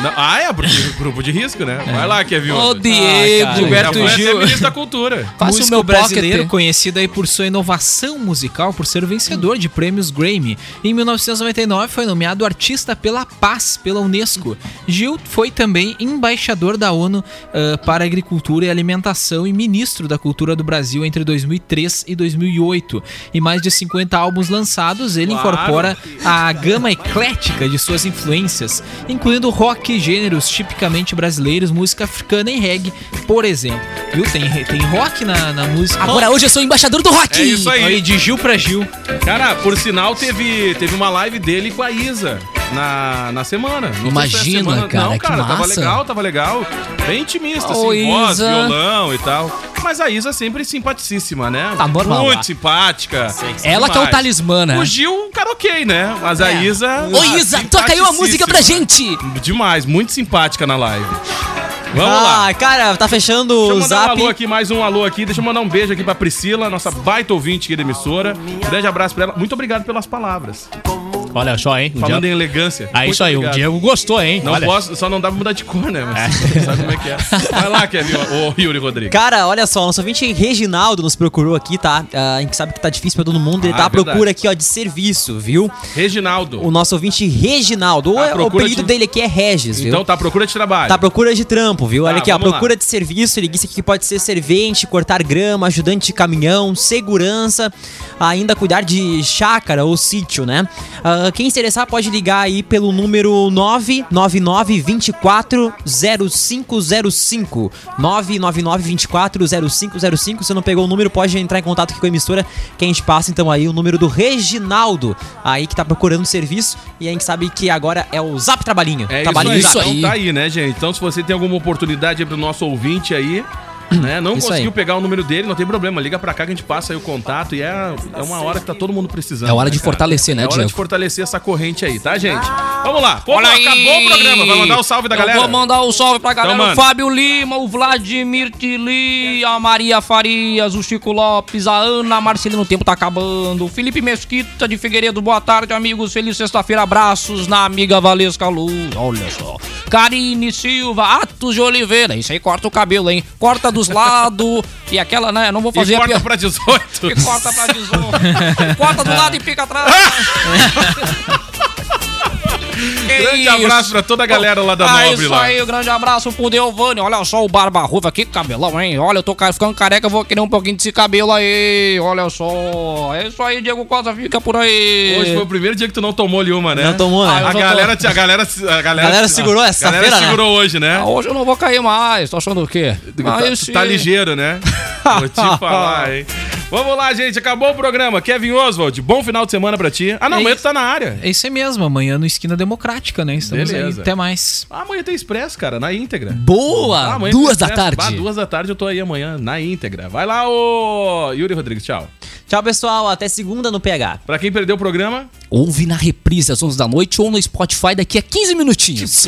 Speaker 1: Não. Ah, é, porque grupo de risco, né? Vai lá, Kevin.
Speaker 2: É. Ô,
Speaker 1: Oswald.
Speaker 2: Diego.
Speaker 3: Ah, cara,
Speaker 1: Já
Speaker 2: Gilberto
Speaker 1: foi
Speaker 2: Gil.
Speaker 1: até ministro da cultura.
Speaker 2: Faça o
Speaker 3: Músico
Speaker 2: meu
Speaker 3: brasileiro,
Speaker 2: pocket.
Speaker 3: conhecido aí por sua inovação musical, por ser vencedor de prêmios Grammy. Em 1999 foi nomeado artista pela paz pela UNESCO. Gil foi também embaixador da ONU ah, para Agricultura e Alimentação e ministro da Cultura do Brasil entre 2003 e 2008. E mais de 50 álbuns lançados, ele
Speaker 1: Claro.
Speaker 3: incorpora a gama eclética de suas influências, incluindo rock, gêneros tipicamente brasileiros, música africana e reggae, por exemplo. Viu? Tem, tem rock na, na música.
Speaker 2: Agora hoje eu sou embaixador do rock.
Speaker 1: É isso aí.
Speaker 3: Aí, de Gil pra Gil.
Speaker 1: Cara, por sinal, teve, teve uma live dele com a Isa na, na semana. Não sei se foi essa
Speaker 2: Imagina, cara,
Speaker 1: Não,
Speaker 2: que
Speaker 1: cara, tava
Speaker 2: massa.
Speaker 1: legal, tava legal. Bem intimista,
Speaker 2: Ô,
Speaker 1: assim, voz,
Speaker 2: Isa.
Speaker 1: violão e tal. Mas a Isa é sempre simpaticíssima, né?
Speaker 2: Tá normal,
Speaker 1: Muito
Speaker 2: lá.
Speaker 1: simpática.
Speaker 2: Ela que é o
Speaker 1: Demais.
Speaker 2: talismã, né?
Speaker 1: O Gil, cara, ok, né? Mas
Speaker 3: É.
Speaker 2: É.
Speaker 1: a Isa...
Speaker 2: Ô, Isa, toca aí uma música pra gente.
Speaker 1: Demais, muito simpática na live. Vamos lá.
Speaker 4: ah, cara, tá fechando
Speaker 1: Deixa eu
Speaker 4: o
Speaker 1: mandar um
Speaker 4: zap.
Speaker 1: alô aqui, mais um alô aqui. Deixa eu mandar um beijo aqui pra Priscila, nossa baita ouvinte aqui da emissora. Um Grande abraço pra ela. Muito obrigado pelas palavras.
Speaker 10: Olha só, hein?
Speaker 4: Um
Speaker 10: O
Speaker 1: Falando
Speaker 10: Diego-
Speaker 1: em elegância.
Speaker 10: Ah,
Speaker 1: Muito
Speaker 10: isso aí,
Speaker 1: obrigado.
Speaker 10: o Diego gostou, hein?
Speaker 1: Não
Speaker 10: Olha,
Speaker 1: posso, só não dá pra mudar de cor, né? Mas você sabe como é que é. Vai lá, Kevin, ô ô, Yuri Rodrigues.
Speaker 4: Cara, olha só, nosso ouvinte Reginaldo nos procurou aqui, tá? Ah, a gente sabe que tá difícil pra todo mundo, ele
Speaker 1: Ah,
Speaker 4: tá à
Speaker 1: verdade.
Speaker 4: procura aqui, ó, de serviço, viu? O
Speaker 1: Reginaldo.
Speaker 4: nosso ouvinte Reginaldo, ou
Speaker 1: Tá à
Speaker 4: é- o
Speaker 1: procura
Speaker 4: apelido
Speaker 1: de-
Speaker 4: dele aqui é Regis, viu?
Speaker 1: Então tá, à procura de trabalho.
Speaker 4: Tá à procura de trampo, viu? Olha
Speaker 1: Tá,
Speaker 4: aqui, ó,
Speaker 1: vamos lá.
Speaker 4: procura de serviço, ele disse aqui que pode ser servente, cortar grama, ajudante de caminhão, segurança, ainda cuidar de chácara ou sítio, né? Ah, quem se interessar pode ligar aí pelo número 999 24 0505. 999 24 0505. Se não pegou o número, pode entrar em contato aqui com a emissora, que a gente passa então aí o número do Reginaldo, aí que tá procurando serviço, e a gente sabe que agora é o Zap Trabalhinho.
Speaker 1: É
Speaker 4: Trabalhinho
Speaker 1: isso aí.
Speaker 4: Zap.
Speaker 2: aí.
Speaker 1: Então tá aí, né, gente? Então se você tem alguma oportunidade aí pro nosso ouvinte aí, né? Não
Speaker 4: Isso
Speaker 1: conseguiu
Speaker 4: aí.
Speaker 1: pegar o número dele, não tem problema. Liga pra cá que a gente passa aí o contato e é, é uma hora que tá todo mundo precisando.
Speaker 4: É hora de
Speaker 1: cara?
Speaker 4: fortalecer, né,
Speaker 1: É hora de
Speaker 4: Diego?
Speaker 1: fortalecer essa corrente aí, tá, gente? Vamos lá. Pô,
Speaker 4: Olha aí.
Speaker 1: acabou o programa. Vai mandar o salve da
Speaker 4: Eu
Speaker 1: galera.
Speaker 4: Vou mandar um o salve pra galera.
Speaker 1: Então manda.
Speaker 4: o Fábio Lima, o Vladimir Tili, a Maria Farias, o Chico Lopes, a Ana Marcelino. O tempo tá acabando. O Felipe Mesquita de Figueiredo. Boa tarde, amigos. Feliz sexta-feira. Abraços na amiga Valesca Lu. Olha só. Karine Silva, Atos de Oliveira. Isso aí corta o cabelo, hein? Corta dos lados. e aquela, né? Não vou
Speaker 1: E
Speaker 4: fazer a
Speaker 1: corta
Speaker 4: pior.
Speaker 1: pra 18.
Speaker 4: E corta pra 18. corta do lado e fica atrás. Que
Speaker 1: Grande
Speaker 4: isso.
Speaker 1: abraço pra toda a galera lá da
Speaker 4: Ah,
Speaker 1: Nobre
Speaker 4: isso
Speaker 1: lá.
Speaker 4: aí, um grande abraço pro Delvani. Olha só o Barba Ruiva, que cabelão, hein? Olha, eu tô ca- ficando careca, eu vou querer um pouquinho desse cabelo aí. Olha só. É isso aí, Diego Costa, fica por aí.
Speaker 1: Hoje foi o primeiro dia que tu não tomou nenhuma, né?
Speaker 11: Não tomou, né?
Speaker 4: Ah, eu
Speaker 1: A
Speaker 4: só tô-
Speaker 1: galera, te- a galera, se- a galera,
Speaker 11: Galera segurou essa
Speaker 1: A galera
Speaker 11: feira, né?
Speaker 1: segurou hoje, né?
Speaker 4: Ah, Hoje eu não vou cair mais. Tô achando o quê?
Speaker 1: Tu
Speaker 4: Ah,
Speaker 1: tá, tu
Speaker 4: esse-
Speaker 1: tá ligeiro, né? Vou te falar, hein? Vamos lá, gente. Acabou o programa. Kevin Oswald, bom final de semana pra ti. Ah, não,
Speaker 2: É
Speaker 1: amanhã tu
Speaker 2: isso.
Speaker 1: tá na área.
Speaker 2: É isso aí mesmo, amanhã no Esquina Democrática, né? Estamos
Speaker 1: Beleza.
Speaker 2: aí. Até mais.
Speaker 1: Ah, amanhã tem Expresso, cara, na íntegra. Ah,
Speaker 4: Boa!
Speaker 1: amanhã tem
Speaker 4: Duas da
Speaker 1: Expresso. Ah,
Speaker 4: tarde.
Speaker 1: duas da tarde eu tô aí amanhã, na íntegra. Vai lá, ô Yuri Rodrigues, tchau.
Speaker 11: Tchau, pessoal. Até segunda no PH.
Speaker 1: Pra quem perdeu o programa,
Speaker 4: Ouve na reprise às 11 da noite ou no Spotify daqui a 15 minutinhos.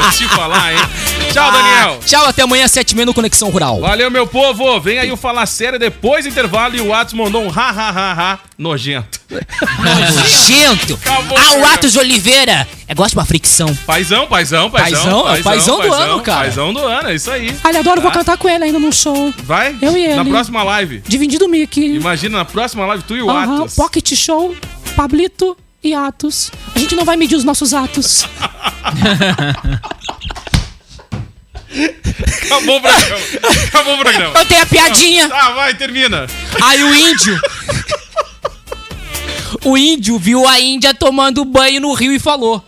Speaker 1: vou te falar, hein?
Speaker 4: Ah,
Speaker 1: Tchau, Daniel.
Speaker 4: Tchau, até amanhã, 7h30 no Conexão Rural.
Speaker 1: Valeu, meu povo. Vem aí o Falar Sério depois do intervalo e o Atos mandou um ha, ha, ha, ha nojento.
Speaker 4: Nojento.
Speaker 1: Acabou,
Speaker 4: Ah, o
Speaker 1: cara.
Speaker 4: Atos de Oliveira. Eu gosto de uma fricção.
Speaker 1: Paizão, paizão, paizão.
Speaker 4: Paizão, é o paizão do ano, cara.
Speaker 1: Paizão do ano, é isso aí.
Speaker 4: Ai, adoro,
Speaker 1: vou
Speaker 4: cantar com ele ainda no show.
Speaker 1: Vai?
Speaker 4: Eu e
Speaker 1: Na
Speaker 4: ele.
Speaker 1: próxima live.
Speaker 4: Dividido Mickey.
Speaker 1: Imagina, na próxima live, tu e o Atos.
Speaker 4: Pocket Show, Pablito e Atos. A gente não vai medir os nossos atos.
Speaker 1: Acabou o programa. Acabou o programa.
Speaker 4: Eu tenho a piadinha.
Speaker 1: Ah, vai, termina.
Speaker 4: Aí o índio. O índio viu a Índia tomando banho no rio e falou: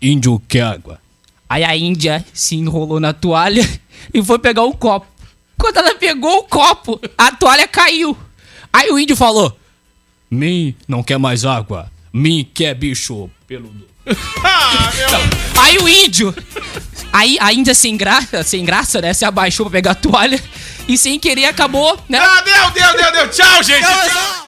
Speaker 4: Índio quer água. Aí a Índia se enrolou na toalha e foi pegar o copo. Quando ela pegou o copo, a toalha caiu. Aí o índio falou: Mim não quer mais água. Mim quer bicho peludo. Aí o índio. Aí a Índia sem graça, sem graça, né? Se abaixou pra pegar a toalha e sem querer acabou, né?
Speaker 1: Ah, deu, deu, deu, deu. Tchau, gente. Tchau.